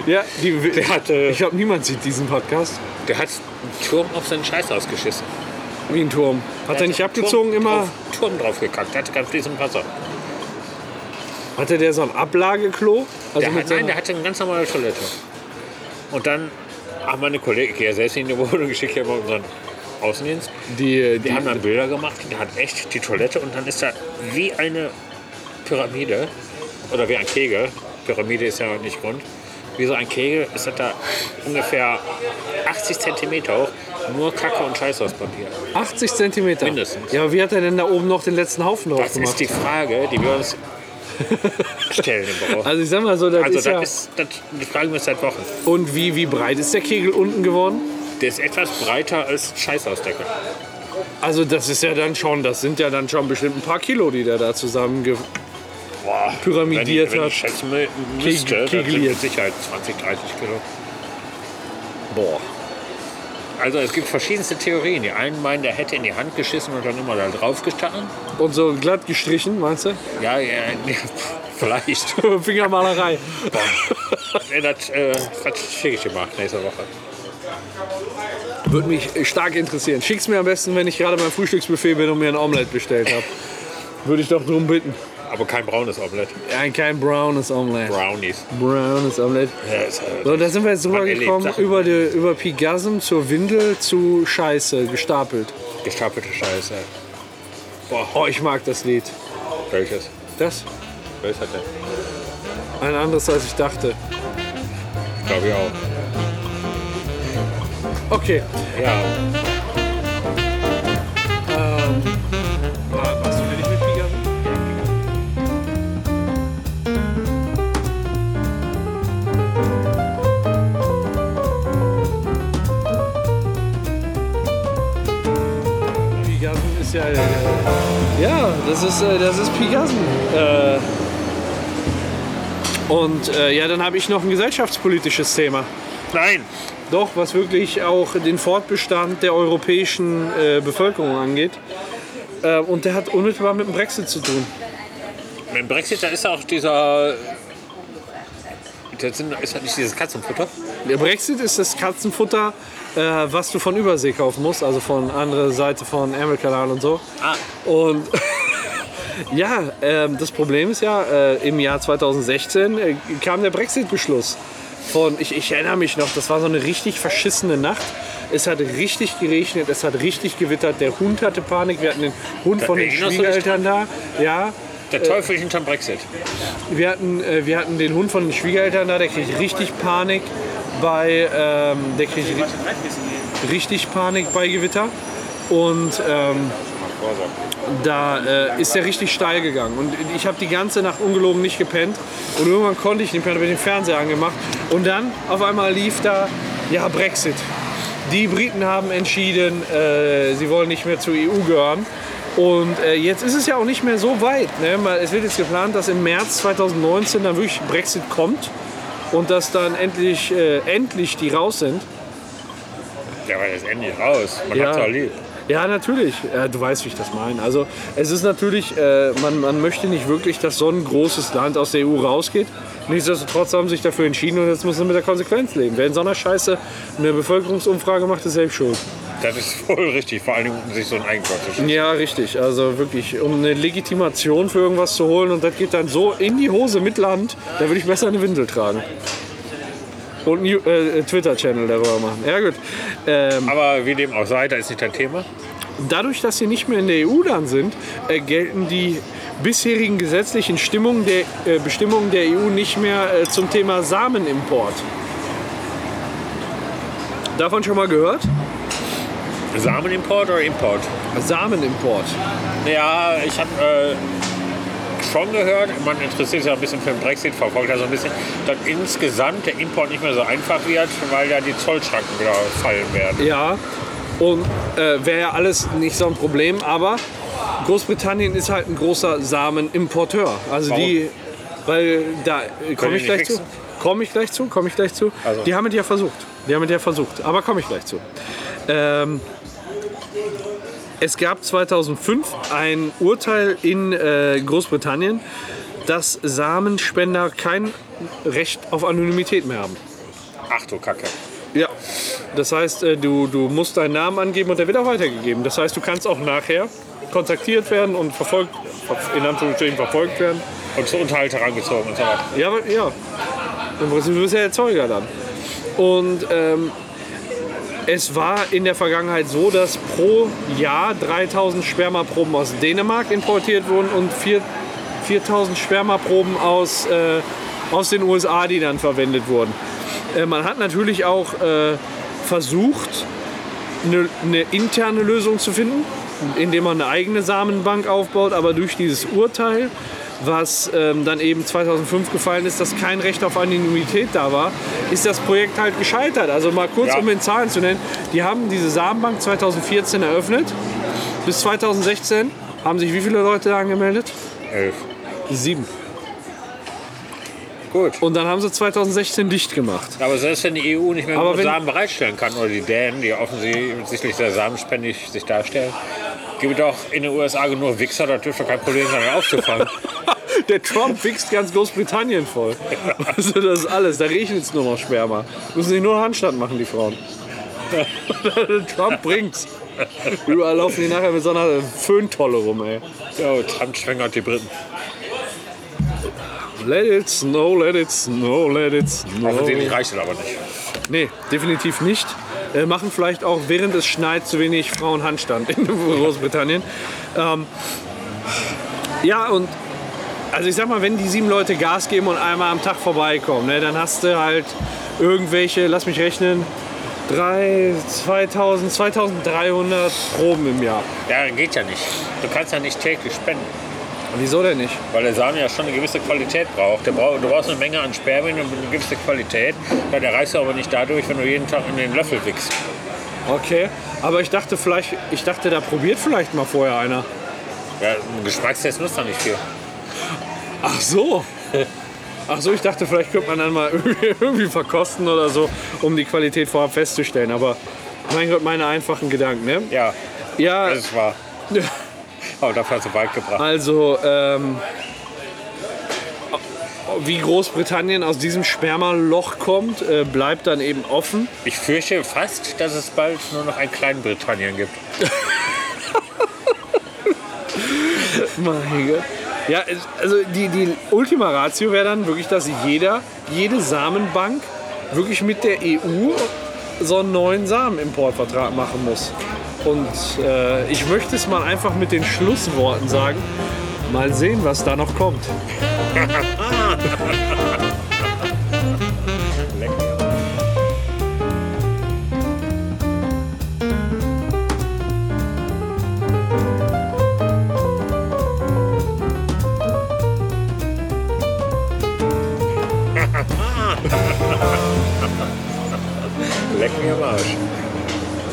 ja, die, Der äh, hatte, ich glaube, niemand sieht diesen Podcast. der hat einen Turm auf seinen Scheiß ausgeschissen. Wie ein Turm. Hat er nicht einen Turm abgezogen immer? Also Drauf, Turm drauf gekackt, der hatte kein fließendes Wasser. Hatte der so ein Ablageklo? Also Der mit hat, seiner- nein, der hatte eine ganz normale Toilette. Und dann haben meine Kollegen, ich gehe ja selbst in die Wohnung, ich schicke ja immer unseren Außendienst, Die, die, die haben dann Bilder gemacht, der hat echt die Toilette und dann ist da wie eine Pyramide oder wie ein Kegel, Pyramide ist ja nicht rund, wie so ein Kegel ist das da ungefähr 80 cm hoch, nur Kacke und Scheiß aus Papier. 80 Zentimeter. Mindestens. Ja, aber wie hat er denn da oben noch den letzten Haufen drauf Das gemacht? ist die Frage, die wir uns stellen im Büro. also ich sag mal so, das Also ist ja... das ist, das, die fragen wir uns seit Wochen. und wie, wie breit ist der Kegel unten geworden? Der ist etwas breiter als Scheißausdecke. Also das ist ja dann schon, das sind ja dann schon bestimmt ein paar Kilo, die der da zusammenge... Boah, Pyramidiert wenn, ich- wenn hat. ich schätzen mü- müsste, dann sind kegeliert. mit Sicherheit 20, 30 Kilo. Boah. Also es gibt verschiedenste Theorien. Die einen meinen, der hätte in die Hand geschissen und dann immer da drauf gestanden. Und so glatt gestrichen, meinst du? Ja, ja, ja vielleicht. Fingermalerei. Nee, das äh, das schicke ich dir mal nächste Woche. Würde mich äh, stark interessieren. Schick's mir am besten, wenn ich gerade beim Frühstücksbuffet bin und mir ein Omelette bestellt habe. Würde ich doch drum bitten. Aber kein braunes Omelett. Ein kein braunes Omelette. Brownies. Braunes Omelette. Ja, ist, äh, So, da sind wir jetzt Man rübergekommen erlebt Sachen. über, die, über Pigasm zur Windel zu Scheiße gestapelt. gestapelte Scheiße. Oh, ich mag das Lied. Welches? Das? Welches hat der? Ein anderes, als ich dachte. Glaube ich auch. Okay. Ja, Machst du nicht mit Pigasm? Pigasm ist ja. äh, Ja, das ist, äh, das ist Pigasm. Äh, und äh, ja, dann habe ich noch ein gesellschaftspolitisches Thema. nein. Doch, was wirklich auch den Fortbestand der europäischen äh, Bevölkerung angeht. Äh, und der hat unmittelbar mit dem Brexit zu tun. Mit dem Brexit, da ist auch dieser... Das sind, ist das nicht dieses Katzenfutter? Der Brexit ist das Katzenfutter, äh, was du von Übersee kaufen musst, also von andere Seite von Ärmelkanal und so. Ah, Und ja, ähm, das Problem ist ja, äh, im Jahr 2016 äh, kam der Brexit-Beschluss. Von, ich, ich erinnere mich noch, das war so eine richtig verschissene Nacht. Es hat richtig geregnet, es hat richtig gewittert, der Hund hatte Panik, wir hatten den Hund Da von den erinnerst du dich Schwiegereltern da. Ja, der Teufel hinterm Brexit. wir hatten, äh, wir hatten den Hund von den Schwiegereltern da, der kriegt richtig Panik. bei ähm, der kriege ich Manche Breitkissen gehen. richtig Panik bei Gewitter. Und ähm, da äh, ist er richtig steil gegangen. Und ich habe die ganze Nacht ungelogen nicht gepennt. Und irgendwann konnte ich nicht mehr, habe ich den Fernseher angemacht. Und dann auf einmal lief da, ja, Brexit. Die Briten haben entschieden, äh, sie wollen nicht mehr zur EU gehören. Und äh, jetzt ist es ja auch nicht mehr so weit. Ne? Mal- Es wird jetzt geplant, dass im März 2019 dann wirklich Brexit kommt und dass dann endlich, äh, endlich die raus sind. Ja, aber jetzt endlich raus. Man Ja. hat's auch lieb. Ja, natürlich. Ja, du weißt, wie ich das meine. Also es ist natürlich, äh, man, man möchte nicht wirklich, dass so ein großes Land aus der EU rausgeht. Nichtsdestotrotz haben sie sich dafür entschieden und jetzt müssen sie mit der Konsequenz leben. Wer in so einer Scheiße eine Bevölkerungsumfrage macht, ist selbst schuld. Das ist voll richtig, vor allen Dingen, um sich so ein Einkauf zu schaffen. Ja, richtig. Also wirklich, um eine Legitimation für irgendwas zu holen und das geht dann so in die Hose mit Land, da würde ich besser eine Windel tragen. Und einen Ju- äh, Twitter-Channel darüber machen. Ja gut. Ähm, Aber wie dem auch sei, das ist nicht dein Thema. Dadurch, dass sie nicht mehr in der EU dann sind, äh, gelten die bisherigen gesetzlichen Stimmungen der, äh, Bestimmungen der EU nicht mehr äh, zum Thema Samenimport. Davon schon mal gehört? Samenimport oder Import? Samenimport. Ja, ich habe äh, schon gehört, man interessiert sich ja ein bisschen für den Brexit, verfolgt also ein bisschen, dass insgesamt der Import nicht mehr so einfach wird, weil ja die Zollschranken wieder fallen werden. Ja. Und äh, wäre ja alles nicht so ein Problem, aber Großbritannien ist halt ein großer Samenimporteur. Also Warum? die, weil da äh, komme ich, die gleich nicht zu. Komme ich gleich zu, komme ich gleich zu. Also. Die haben es ja versucht. Die haben es ja versucht, aber komme ich gleich zu. Ähm, es gab 2005 ein Urteil in äh, Großbritannien, dass Samenspender kein Recht auf Anonymität mehr haben. Ach du Kacke. Ja. Das heißt, äh, du, du musst deinen Namen angeben und der wird auch weitergegeben. Das heißt, du kannst auch nachher kontaktiert werden und verfolgt, in Anführungsstrichen verfolgt werden. Und zur Unterhalt herangezogen und so weiter. Ja, aber- ja. Im Prinzip bist du ja Erzeuger dann. Und ähm, es war in der Vergangenheit so, dass pro Jahr 3000 Spermaproben aus Dänemark importiert wurden und 4, 4000 Spermaproben aus, äh, aus den USA, die dann verwendet wurden. Äh, man hat natürlich auch äh, versucht, eine, eine interne Lösung zu finden, indem man eine eigene Samenbank aufbaut, aber durch dieses Urteil, was ähm, dann eben 2005 gefallen ist, dass kein Recht auf Anonymität da war, ist das Projekt halt gescheitert. Also mal kurz, Ja. um in Zahlen zu nennen, die haben diese Samenbank 2014 eröffnet. Bis 2016 haben sich wie viele Leute da angemeldet? Elf. Sieben. Gut. Und dann haben sie 2016 dicht gemacht. Aber selbst wenn die EU nicht mehr Aber genug wenn- Samen bereitstellen kann, oder die Dänen, die offensichtlich sehr samenspendig sich darstellen, gibt es auch in den USA genug Wichser, da dürfte kein Problem sein, aufzufangen. Der Trump wichst ganz Großbritannien voll. Also das ist alles. Da regnet es nur noch Sperma. Müssen sich nur einen Handstand machen, die Frauen. Der Trump bringt's. Überall laufen die nachher mit so einer Föhntolle rum, ey. so, Trump schwängert die Briten. Let it snow, let it snow, let it snow. Offensichtlich reicht es aber nicht. Nee, definitiv nicht. Äh, machen vielleicht auch während es schneit zu wenig Frauen Handstand in Großbritannien. Ähm, ja, und also ich sag mal, wenn die sieben Leute Gas geben und einmal am Tag vorbeikommen, ne, dann hast du halt irgendwelche, lass mich rechnen, drei, 2000, 2300 Proben im Jahr. Ja, geht ja nicht. Du kannst ja nicht täglich spenden, Wieso denn nicht? weil der Samen ja schon eine gewisse Qualität braucht. Der brau- Du brauchst eine Menge an Spermien und eine gewisse Qualität. Das erreichst du aber nicht dadurch, wenn du jeden Tag in den Löffel wickst. Okay, aber ich dachte vielleicht, ich dachte, da probiert vielleicht mal vorher einer. Ja, ein Geschmackstest nutzt da nicht viel. Ach so. Ach so, ich dachte, vielleicht könnte man dann mal irgendwie, irgendwie verkosten oder so, um die Qualität vorab festzustellen. Aber mein Gott, meine einfachen Gedanken, ne? Ja, Ja, das war. Aber dafür hast du weit gebracht. also, ähm, wie Großbritannien aus diesem Spermaloch kommt, äh, bleibt dann eben offen. Ich fürchte fast, dass es bald nur noch ein Kleinbritannien gibt. Mein Gott. Ja, es- also die, die Ultima Ratio wäre dann wirklich, dass jeder, jede Samenbank wirklich mit der EU so einen neuen Samenimportvertrag machen muss. Und äh, ich möchte es mal einfach mit den Schlussworten sagen. Mal sehen, was da noch kommt. Lecker.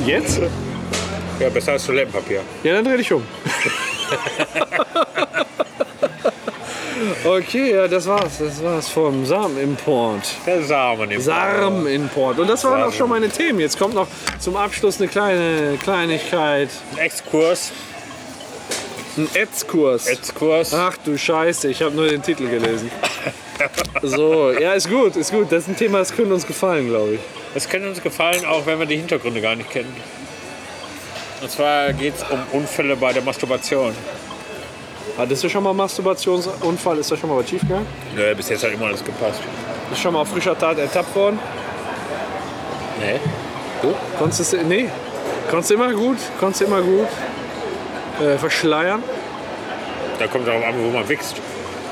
Jetzt? Ja, besser als Toilettenpapier. Ja, dann dreh dich um. okay, ja, das war's. Das war's vom Samenimport. Der Samen im Samenimport. Und das waren auch schon meine Themen. Jetzt kommt noch zum Abschluss eine kleine Kleinigkeit. Exkurs. Ein Etzkurs. Exkurs. Ach du Scheiße, ich habe nur den Titel gelesen. So, ja, ist gut, ist gut. Das ist ein Thema, das könnte uns gefallen, glaube ich. Es könnte uns gefallen, auch wenn wir die Hintergründe gar nicht kennen. Und zwar geht es um Unfälle bei der Masturbation. Hattest du schon mal einen Masturbationsunfall? Ist da schon mal was schiefgegangen? Nö, bis jetzt hat immer alles gepasst. Ist schon mal auf frischer Tat ertappt worden? Nee. Oh. Du? Konntest du, nee, konntest du immer gut, konntest du immer gut äh, verschleiern. Da kommt darauf an, wo man wächst.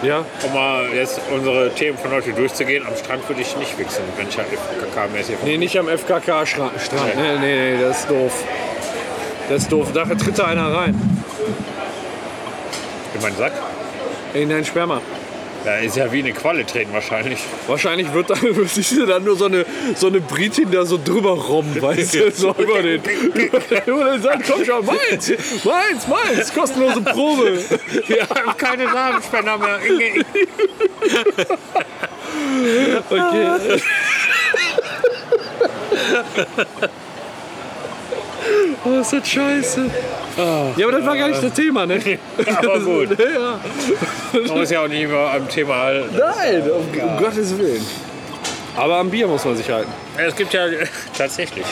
Ja, Um mal jetzt unsere Themen von heute durchzugehen, am Strand würde ich nicht wichsen, wenn ich halt FKK-mäßig nee, nicht am FKK-Strand. Nee, nee, nee, das ist doof. Das ist doof. Da tritt da einer rein. in meinen Sack. In deinen Sperma. Da ist ja wie eine Qualle treten wahrscheinlich. Wahrscheinlich wird da, siehst du dann nur so eine, so eine Britin da so drüber robben, weißt du, so über den, über den, über den Sand. Komm schon, meins, meins, meins, kostenlose Probe. Wir haben keine Samenspender mehr. Inge, Okay. Oh, ist das scheiße. Ja, aber das war gar nicht das Thema, ne? Aber gut, Ja. man muss ja auch nicht immer am Thema halten. Nein, um, um Gottes Willen. Aber am Bier muss man sich halten. Es gibt ja tatsächlich.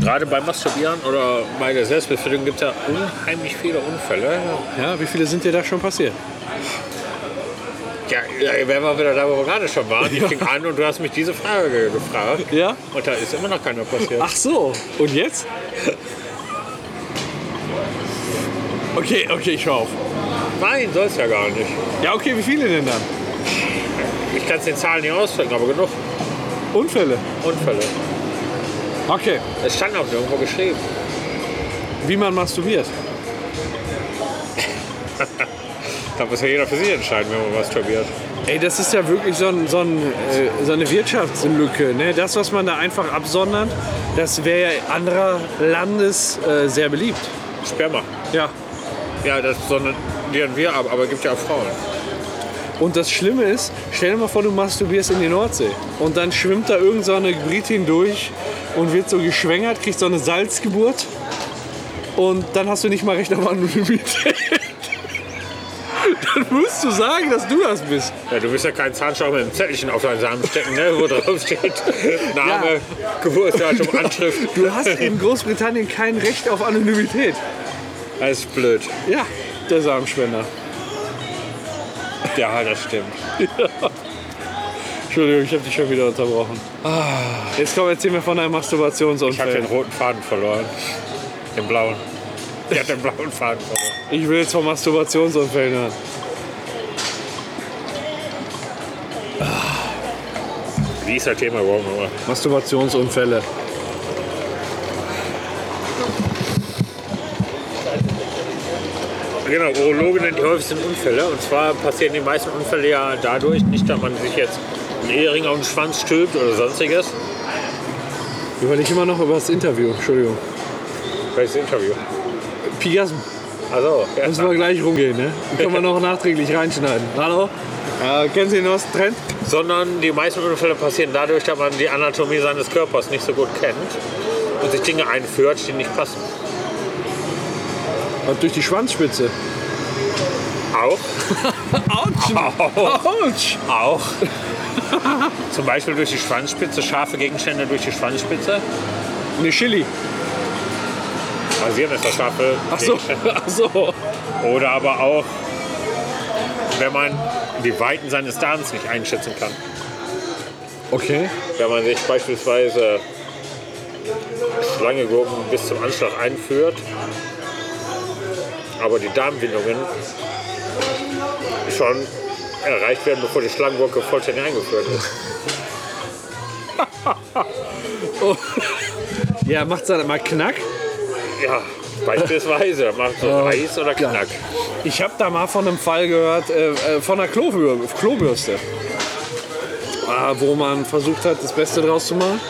Gerade beim Masturbieren oder bei der Selbstbefriedigung gibt es ja unheimlich viele Unfälle. Ja, wie viele sind dir da schon passiert? Ja, ja, wären wir wieder da, wo wir gerade schon waren. Ich fing an und du hast mich diese Frage ge- gefragt. Ja? Und da ist immer noch keiner passiert. Ach so, und jetzt? Okay, okay, ich hör auf. Nein, soll es ja gar nicht. Ja, okay, wie viele denn dann? Ich kann es den Zahlen nicht ausdrücken, aber genug Unfälle. Unfälle. Okay. Es stand auch irgendwo geschrieben. Wie man masturbiert. Da muss ja jeder für sich entscheiden, wenn man masturbiert. Ey, das ist ja wirklich so, ein, so, ein, äh, so eine Wirtschaftslücke. Ne? Das, was man da einfach absondert, das wäre ja anderer Landes äh, sehr beliebt. Sperma. Ja. Ja, das sondieren wir ab, aber gibt ja auch Frauen. Und das Schlimme ist, stell dir mal vor, du masturbierst in die Nordsee. Und dann schwimmt da irgend so eine Britin durch und wird so geschwängert, kriegt so eine Salzgeburt. Und dann hast du nicht mal recht auf Anonymität. Dann musst du sagen, dass du das bist. Ja, du willst ja keinen Zahnstocher mit einem Zettelchen auf deinen Samen stecken, ne? wo drauf steht Name, Geburtsdatum, Anschrift. Du hast in Großbritannien kein Recht auf Anonymität. Das ist blöd. Ja, der Samenspender. Ja, das stimmt. Entschuldigung, ich habe dich schon wieder unterbrochen. Ah. Jetzt komm, erzähl mir von deinem Ich habe den Masturbationsunfall. roten Faden verloren. Den blauen. Ich habe den blauen Faden verloren. Ich, will jetzt vom Masturbationsunfall hören. Wie ist das Thema überhaupt nochmal? Masturbationsunfälle. Genau, Urologen nennen die häufigsten Unfälle. Und zwar passieren die meisten Unfälle ja dadurch, nicht, dass man sich jetzt einen Ehering auf den Schwanz stülpt oder sonstiges. Ich Überleg immer noch über das Interview, Entschuldigung. Welches Interview? Piasen, Also, ja. müssen wir gleich rumgehen, ne? Die können wir noch nachträglich reinschneiden. Hallo? Äh, kennen Sie den neuesten Trend? sondern die meisten Unfälle passieren dadurch, dass man die Anatomie seines Körpers nicht so gut kennt und sich Dinge einführt, die nicht passen. Und Äh, durch die Schwanzspitze. Auch, Autsch! Autsch! auch. Zum Beispiel durch die Schwanzspitze, scharfe Gegenstände durch die Schwanzspitze. Eine Chili. Rasiermesser scharfe Ach so, Gegenstände. ach so. Oder aber auch, wenn man die Weiten seines Darms nicht einschätzen kann. Okay. Wenn man sich beispielsweise Schlangegurken bis zum Anschlag einführt, aber die Darmwindungen schon erreicht werden, bevor die Schlangengurke vollständig eingeführt ist. Ja, macht's dann mal Knack. Ja, beispielsweise, da macht so Eis oder Knack. Ich habe da mal von einem Fall gehört, äh, äh, von einer Klobür Klobürste. äh, wo man versucht hat, das Beste draus zu machen.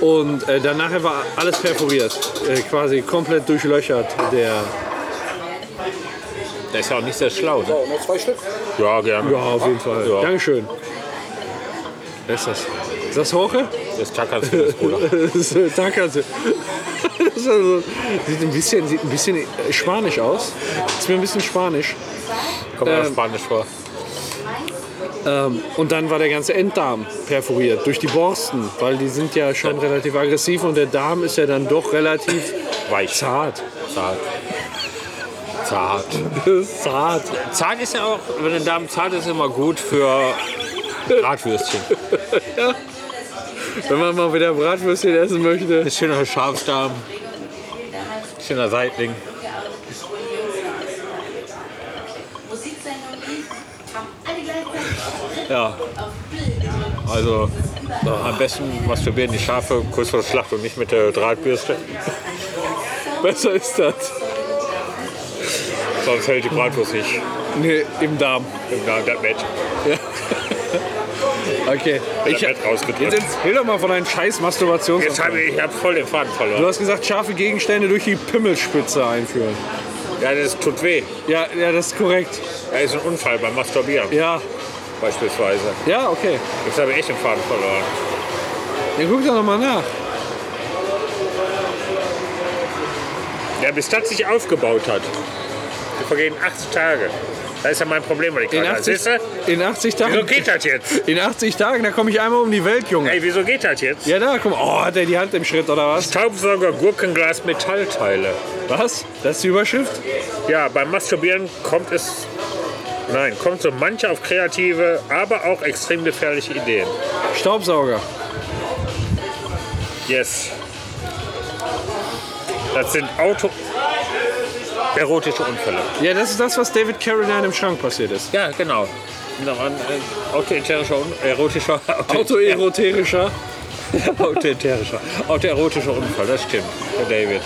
Und äh, danach war alles perforiert, äh, quasi komplett durchlöchert. Der, Der ist ja auch nicht sehr schlau. Ne? Oh, So, noch zwei Stück. Ja, gerne. ja, auf jeden Fall. Ja. Dankeschön. Wer ist das? Ist das Hoche? Das ist Tackers Bruder. Das ist, äh, Danke. also. Das ist also, sieht, ein bisschen, sieht ein bisschen äh, spanisch aus. Ist mir ein bisschen spanisch. Kommt ähm, Ähm. Spanisch vor. Ähm, und dann war der ganze Enddarm perforiert durch die Borsten, weil die sind ja schon relativ aggressiv und der Darm ist ja dann doch relativ Weich. zart. Zart. Zart. zart. Zart ist ja auch, wenn ein Darm zart ist, immer gut für Bratwürstchen. Wenn man mal wieder Bratwürstchen essen möchte. Ein schöner Schafsdarm. Schöner Seitling. Musiksendung lief, haben alle gleichzeitig Ja, auf Bild gedrückt. also am besten masturbieren die Schafe kurz vor der Schlacht und nicht mit der Drahtbürste. Besser ist das. Sonst hält die Bratwurst nicht Nee, im Darm. im Darm der Bett. Okay. Ich, Der Bett jetzt rausgedrückt. erzähl doch mal von deinem scheiß Masturbations. Jetzt habe ich, ich hab voll den Faden Du verloren. hast gesagt, scharfe Gegenstände durch die Pimmelspitze einführen. Ja, das tut weh. Ja, ja, das ist korrekt. Da ist ein Unfall beim Masturbieren Ja, beispielsweise. ja, okay. Jetzt habe ich echt den Faden verloren. Dann guck doch nochmal nach. Ja, bis das sich aufgebaut hat. Da vergehen 80 Tage. Da ist ja mein Problem, weil ich In gerade habe. 80, Siehst du? in 80 Wieso Tagen. geht das jetzt? In 80 Tagen, da komme ich einmal um die Welt, Junge. Ey, wieso geht das jetzt? Ja, da, guck mal. Oh, hat er die Hand im Schritt oder was? Staubsauger, Gurkenglas, Metallteile. Was? Das ist die Überschrift? Ja, beim Masturbieren kommt es. Nein, kommt so manche auf kreative, aber auch extrem gefährliche Ideen. Staubsauger. Yes. Das sind Auto. erotische Unfälle. Ja, das ist das, was David Carradine im Schrank passiert ist. Ja, genau. äh, Autoerotischer, erotischer, Autoeroterischer. Autoerotischer, autoerotischer Unfall, das stimmt, Herr David.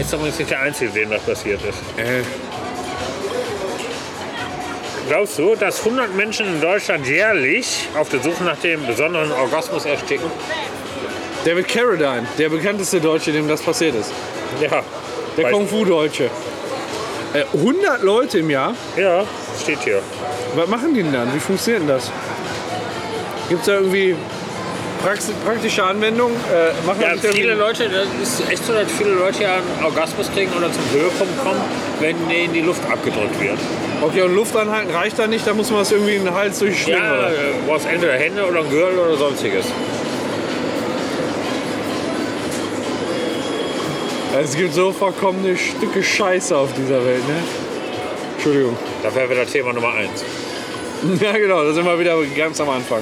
Ist übrigens nicht der Einzige, dem das passiert ist. Äh, Glaubst du, dass 100 Menschen in Deutschland jährlich auf der Suche nach dem besonderen Orgasmus ersticken? David Carradine, der bekannteste Deutsche, dem das passiert ist. Ja. Der Weiß- Kung-Fu-Deutsche. Äh, 100 Leute im Jahr? Ja, steht hier. Was machen die denn dann? Wie funktioniert denn das? Gibt es da irgendwie Praxi praktische Anwendung? Äh, machen Ja, die da viele irgendwie- Leute, das ist echt so, dass viele Leute ja einen Orgasmus kriegen oder zum Höhepunkt kommen, wenn denen die Luft abgedrückt wird. Okay, und Luft anhalten reicht da nicht, da muss man das irgendwie in den Hals durchschwingen. Ja, oder? du brauchst entweder Hände oder einen Gürtel oder sonstiges. Also Es gibt so verkommene Stücke Scheiße auf dieser Welt, ne? Entschuldigung. Da wäre wieder Thema Nummer eins. Ja, genau, da sind wir wieder ganz am Anfang.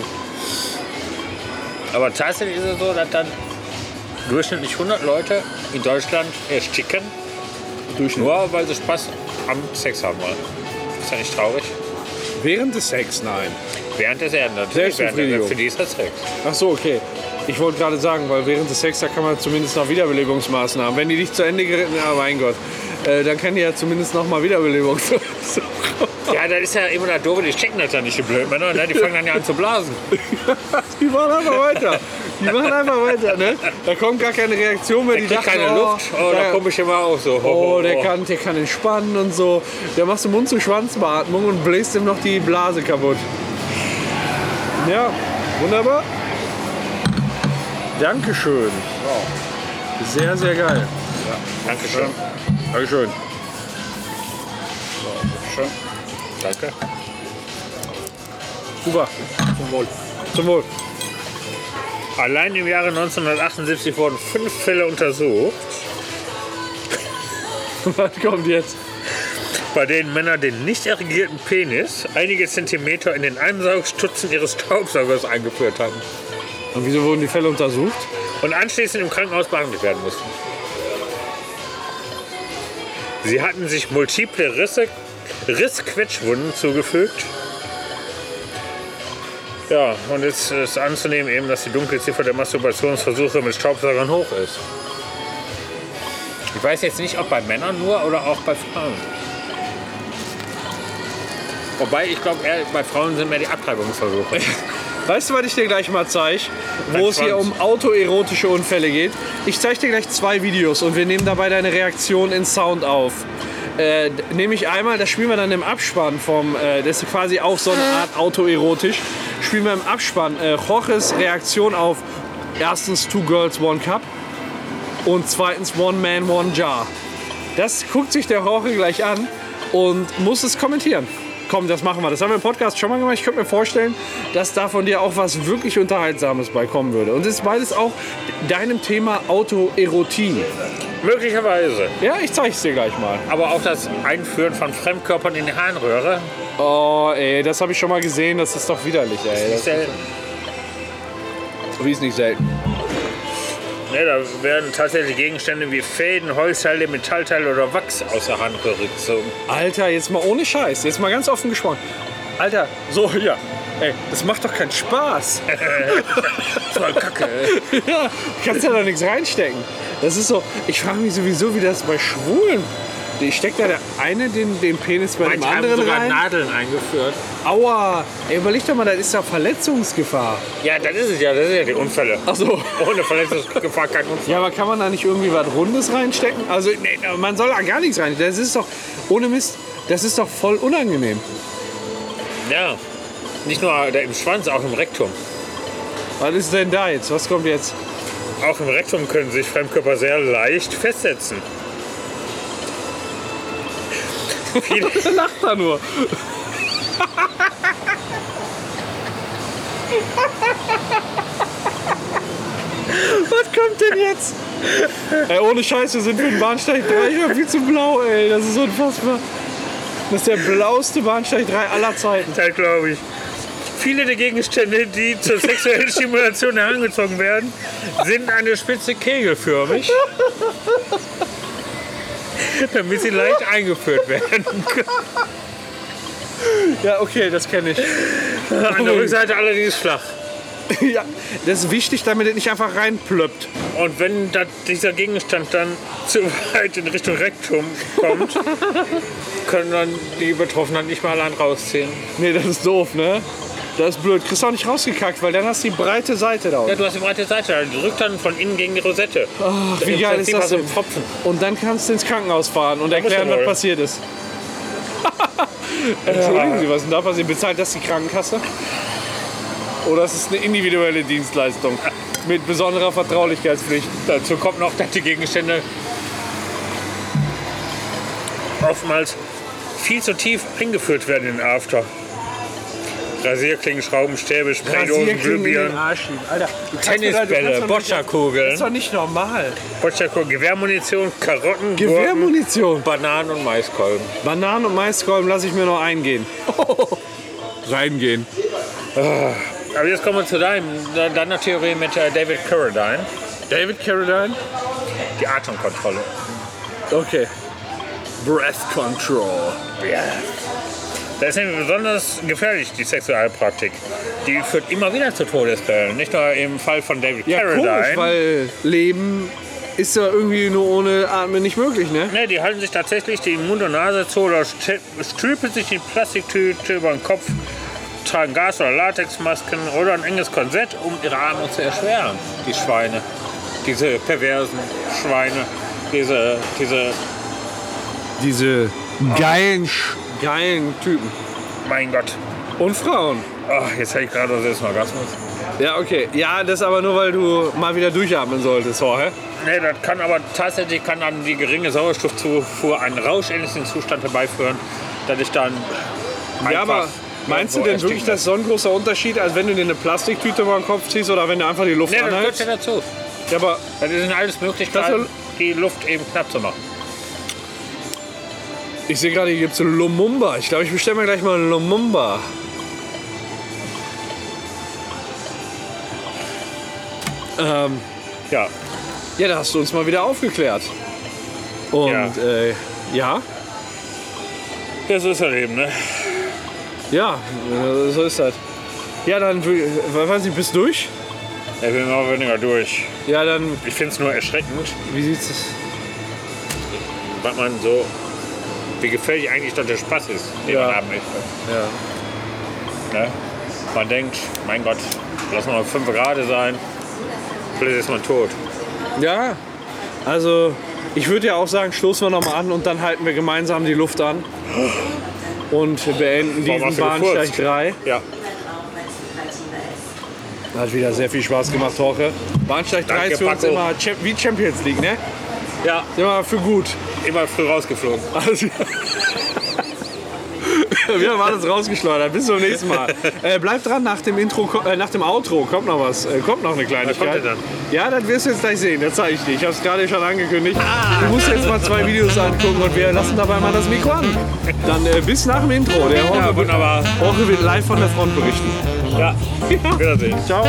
Aber tatsächlich ist es so, dass dann durchschnittlich 100 Leute in Deutschland ersticken, nur weil sie Spaß am Sex haben wollen. Ist ja nicht traurig. Während des Sex, nein. Während des Erden natürlich. Während der, Selbstbefriedigung. für die ist das Sex. Ach so, okay. Ich wollte gerade sagen, weil während des Sex, da kann man zumindest noch Wiederbelebungsmaßnahmen. Wenn die nicht zu Ende geritten ah mein Gott. Äh, dann kann die ja zumindest noch mal Wiederbelebung. Ja, das ist ja immer der Doofe, die stecken das ja nicht, die blöden Männer. Ne? Die fangen dann ja an zu blasen. die machen einfach weiter. Die machen einfach weiter, ne? Da kommt gar keine Reaktion mehr. Der die kriegt dachten, keine oh, Luft. Oh, da da- komme ich immer auch so. Ho, ho, Oh, der ho. kann, der kann entspannen und so. Der machst du Mund zu Schwanzbeatmung und bläst ihm noch die Blase kaputt. Ja, wunderbar. Dankeschön. Sehr, sehr geil. Dankeschön. Dankeschön. Dankeschön. Danke. Super. Zum Wohl. Zum Wohl. Allein im Jahre 1978 wurden fünf Fälle untersucht, Was kommt jetzt? bei denen Männer den nicht erregierten Penis einige Zentimeter in den Einsaugstutzen ihres Staubsaugers eingeführt hatten Und wieso wurden die Fälle untersucht? und anschließend im Krankenhaus behandelt werden mussten. Sie hatten sich multiple Risse, Rissquetschwunden zugefügt. Ja, und jetzt ist anzunehmen eben, dass die Dunkelziffer der Masturbationsversuche mit Staubsaugern hoch ist. Ich weiß jetzt nicht, ob bei Männern nur oder auch bei Frauen. Wobei, ich glaube, bei Frauen sind mehr die Abtreibungsversuche. Weißt du, was ich dir gleich mal zeige? Wo Ein es hier Schwanz. um autoerotische Unfälle geht. Ich zeige dir gleich zwei Videos und wir nehmen dabei deine Reaktion in Sound auf. Äh, d- nehme ich einmal, das spielen wir dann im Abspann vom, äh, das ist quasi auch so eine Art autoerotisch, spielen wir im Abspann äh, Jorges Reaktion auf erstens Two Girls, One Cup und zweitens One Man, One Jar. Das guckt sich der Jorge gleich an und muss es kommentieren. Komm, das machen wir. Das haben wir im Podcast schon mal gemacht. Ich könnte mir vorstellen, dass da von dir auch was wirklich Unterhaltsames bei kommen würde. Und es ist beides auch deinem Thema Autoerotin. Möglicherweise. Ja, ich zeige es dir gleich mal. Aber auch das Einführen von Fremdkörpern in die Harnröhre Oh, ey, das habe ich schon mal gesehen. Das ist doch widerlich, ey. ist Das selten. wie ist nicht selten. Ne, da werden tatsächlich Gegenstände wie Fäden, Holzteile, Metallteile oder Wachs aus der Harnröhre gezogen. Alter, jetzt mal ohne Scheiß. Jetzt mal ganz offen gesprochen. Alter, so, ja. Ey, das macht doch keinen Spaß. Voll Kacke. ey. Ja, kannst ja da nichts reinstecken. Das ist so, ich frage mich sowieso, wie das bei Schwulen. Die steckt da der eine den, den Penis bei dem Manche haben anderen sogar rein. Nadeln eingeführt. Aua, ey, überleg doch mal, das ist ja Verletzungsgefahr. Ja, das ist es ja, das sind ja die Unfälle. Achso. Ohne Verletzungsgefahr kein Unfall. Ja, aber kann man da nicht irgendwie was Rundes reinstecken? Also, nee, man soll da gar nichts rein. Das ist doch, ohne Mist, das ist doch voll unangenehm. Ja. Nicht nur da im Schwanz, auch im Rektum. Was ist denn da jetzt? Was kommt jetzt? Auch im Rektum können sich Fremdkörper sehr leicht festsetzen. Viele, Lacht da nur. Was kommt denn jetzt? Ey, ohne Scheiß, wir sind für den Bahnsteig 3 schon viel zu blau, ey. Das ist unfassbar. Das ist der blauste Bahnsteig 3 aller Zeiten. Zeit, glaube ich. Viele der Gegenstände, die zur sexuellen Stimulation herangezogen werden, sind an der Spitze kegelförmig, damit sie leicht eingeführt werden. Ja, okay, das kenne ich. An der Rückseite allerdings flach. Ja, das ist wichtig, damit es nicht einfach reinplöppt. Und wenn das, dieser Gegenstand dann zu weit in Richtung Rektum kommt, können dann die Betroffenen nicht mal allein rausziehen. Nee, das ist doof, ne? Das ist blöd. Kriegst du auch nicht rausgekackt, weil dann hast du die breite Seite da. Ja, du hast die breite Seite, dann drückt dann von innen gegen die Rosette. Ach, wie geil ist das so denn? ein Pfropfen. Und dann kannst du ins Krankenhaus fahren und muss erklären, ja was wohl. passiert ist. Entschuldigen Sie, was ist denn da passiert? Bezahlt das die Krankenkasse? Oder ist es eine individuelle Dienstleistung mit besonderer Vertraulichkeitspflicht? Dazu kommt noch, dass die Gegenstände oftmals viel zu tief eingeführt werden in den After. Rasierklingen, Schrauben, Stäbe, Spraydosen, Glühbirnen, Alter, Tennisbälle, Das ist Boccia-Kugeln, doch nicht normal. Boccia-Kugeln, Gewehrmunition, Karotten, Gurken, Gewehrmunition. Bananen und Maiskolben. Bananen und Maiskolben lasse ich mir noch eingehen. Reingehen. Aber jetzt kommen wir zu deinem, de- deiner Theorie mit äh, David Carradine. David Carradine? Die Atemkontrolle. Okay. Breath Control. Ja. Das ist nämlich besonders gefährlich, die Sexualpraktik. Die führt immer wieder zu Todesfällen. Nicht nur im Fall von David Ja, komisch, Carradine. weil Leben ist ja irgendwie nur ohne Atmen nicht möglich, ne? Ne, die halten sich tatsächlich die Mund- und Nase zu oder st- stülpen sich die Plastiktüte über den Kopf, tragen Gas- oder Latexmasken oder ein enges Korsett, um ihre Arme zu erschweren. Die Schweine. Diese perversen Schweine. Diese, diese, Diese geilen, Sch- geilen Typen. mein Gott. Und Frauen. Ach, jetzt hätte ich gerade das erste Mal Orgasmus. Ja, okay. Ja, das aber nur, weil du mal wieder durchatmen solltest, Jorge. Nee, Ne, das kann aber tatsächlich kann dann die geringe Sauerstoffzufuhr einen rauschähnlichen Zustand herbeiführen, dass ich dann. Ja, einfach aber meinst du irgendwo denn wirklich, ersticken dass so ein großer Unterschied, als wenn du dir eine Plastiktüte über den Kopf ziehst oder wenn du einfach die Luft Nee, Ne, das gehört ja anhältst? dazu. Ja, aber Das sind alles Möglichkeiten, Das die Luft eben knapp zu machen. ich sehe gerade, hier gibt es Lumumba. Ich glaube, ich bestelle mir gleich mal einen Lumumba. Ähm, Ja. Ja, da hast du uns mal wieder aufgeklärt. Und ja, äh, ja, Ja. Das ist halt eben, ne? ja äh, so ist das. Ja, dann, wür- äh, weiß nicht, bist du durch? Ich bin immer weniger durch. Ja, dann, Ich finde es nur erschreckend, wie sieht's das? was man so. Wie gefällig eigentlich, dass der Spaß ist, den Ja. man haben möchte. Ja. Ne? Man denkt, mein Gott, lass mal 5 Grad sein, vielleicht ist man tot. Ja, also ich würde ja auch sagen, stoßen wir nochmal an und dann halten wir gemeinsam die Luft an und beenden Warum diesen hast du gefurzt? Bahnsteig 3. Ja, Hat wieder sehr viel Spaß gemacht, Torche. Bahnsteig 3 Danke, ist für uns Paco. immer Cha- wie Champions League, ne? ja, Immer für gut. immer früh rausgeflogen. Also, wir haben alles rausgeschleudert. Bis zum nächsten Mal. Äh, bleibt dran, nach dem, Intro, ko- äh, nach dem Outro kommt noch was. Äh, kommt noch eine Kleinigkeit. Was kommt denn dann? Ja, das wirst du jetzt gleich sehen. Das zeige ich dir. Ich habe es gerade schon angekündigt. Du musst jetzt mal zwei Videos angucken und wir lassen dabei mal das Mikro an. Dann äh, bis nach dem Intro. Der Horche, Ja, wunderbar. Horche wird live von der Front berichten. Ja, wiedersehen. Ciao.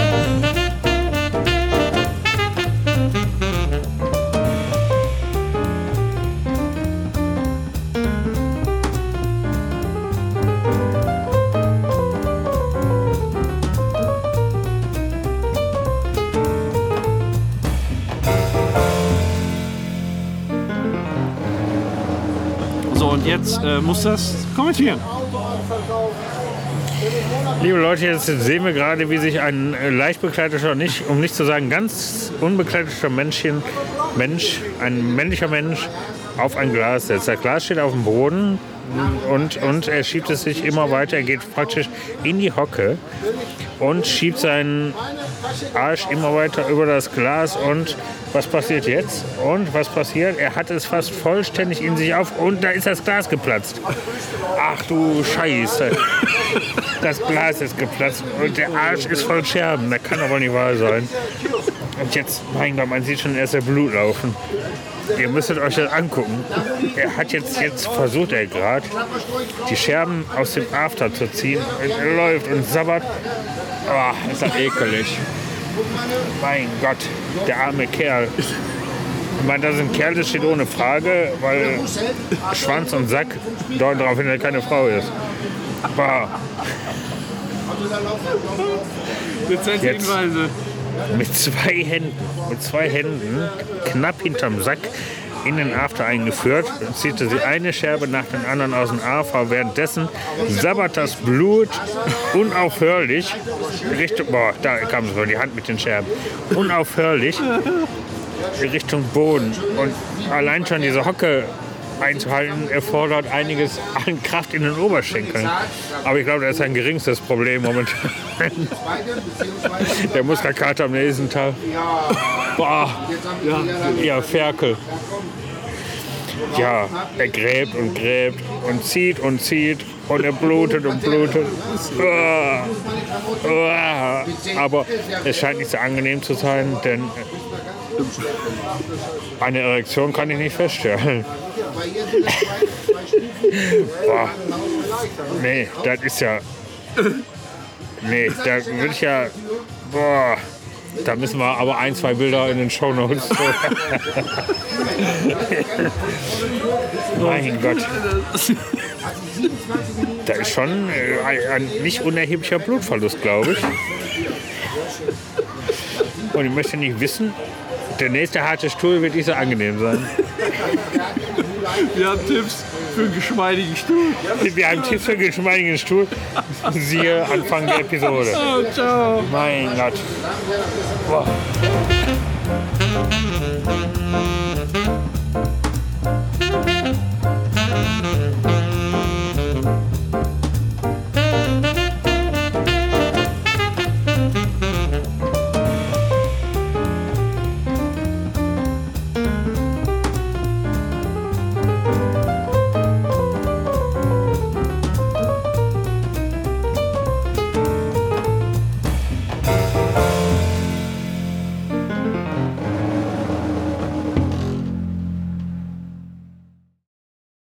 So, und jetzt äh, muss das kommentieren. Liebe Leute, jetzt sehen wir gerade, wie sich ein äh, leicht bekleideter, nicht, um nicht zu sagen ganz unbekleideter Männchen, Mensch, ein männlicher Mensch auf ein Glas setzt. Das Glas steht auf dem Boden und, und er schiebt es sich immer weiter. Er geht praktisch in die Hocke und schiebt seinen Arsch immer weiter über das Glas. Und was passiert jetzt? Und was passiert? Er hat es fast vollständig in sich auf und da ist das Glas geplatzt. Ach du Scheiße. Das Glas ist geplatzt und der Arsch ist voll Scherben. Das kann doch wohl nicht wahr sein. Und jetzt, mein Gott, man sieht schon erst das Blut laufen. Ihr müsstet euch das angucken. Er hat jetzt, jetzt versucht er gerade, die Scherben aus dem After zu ziehen. Es läuft und sabbert. Ah, ist das ekelig. Mein Gott, der arme Kerl. Ich meine, dass es ein Kerl ist, steht ohne Frage, weil Schwanz und Sack deuten darauf hin, dass er keine Frau ist. Bah. Jetzt. Hinweise. mit zwei Händen, mit zwei Händen knapp hinterm Sack in den After eingeführt, ziehte sie eine Scherbe nach den anderen aus dem After. Währenddessen sabbert das Blut unaufhörlich Richtung, boah, da kam es die Hand mit den Scherben, unaufhörlich Richtung Boden. Und allein schon diese Hocke einzuhalten, erfordert einiges an Kraft in den Oberschenkeln. Aber ich glaube, das ist sein geringstes Problem momentan. Der Muskelkater am nächsten Tag. Boah, ja, ja, Ferkel. Ja, er gräbt und gräbt und zieht und zieht und er blutet und blutet. Uah, uah. Aber es scheint nicht so angenehm zu sein, denn eine Erektion kann ich nicht feststellen. Boah. Nee, das ist ja. Nee, da würde ich ja. Boah. Da müssen wir aber ein, zwei Bilder in den Shownotes. mein Gott. Da ist schon äh, ein, ein nicht unerheblicher Blutverlust, glaube ich. Und ich möchte nicht wissen, der nächste harte Stuhl wird nicht so angenehm sein. Wir haben Tipps für einen geschmeidigen Stuhl. Wir haben Tipps für einen geschmeidigen Stuhl. Siehe Anfang der Episode. Ciao, ciao. Mein Gott. Boah.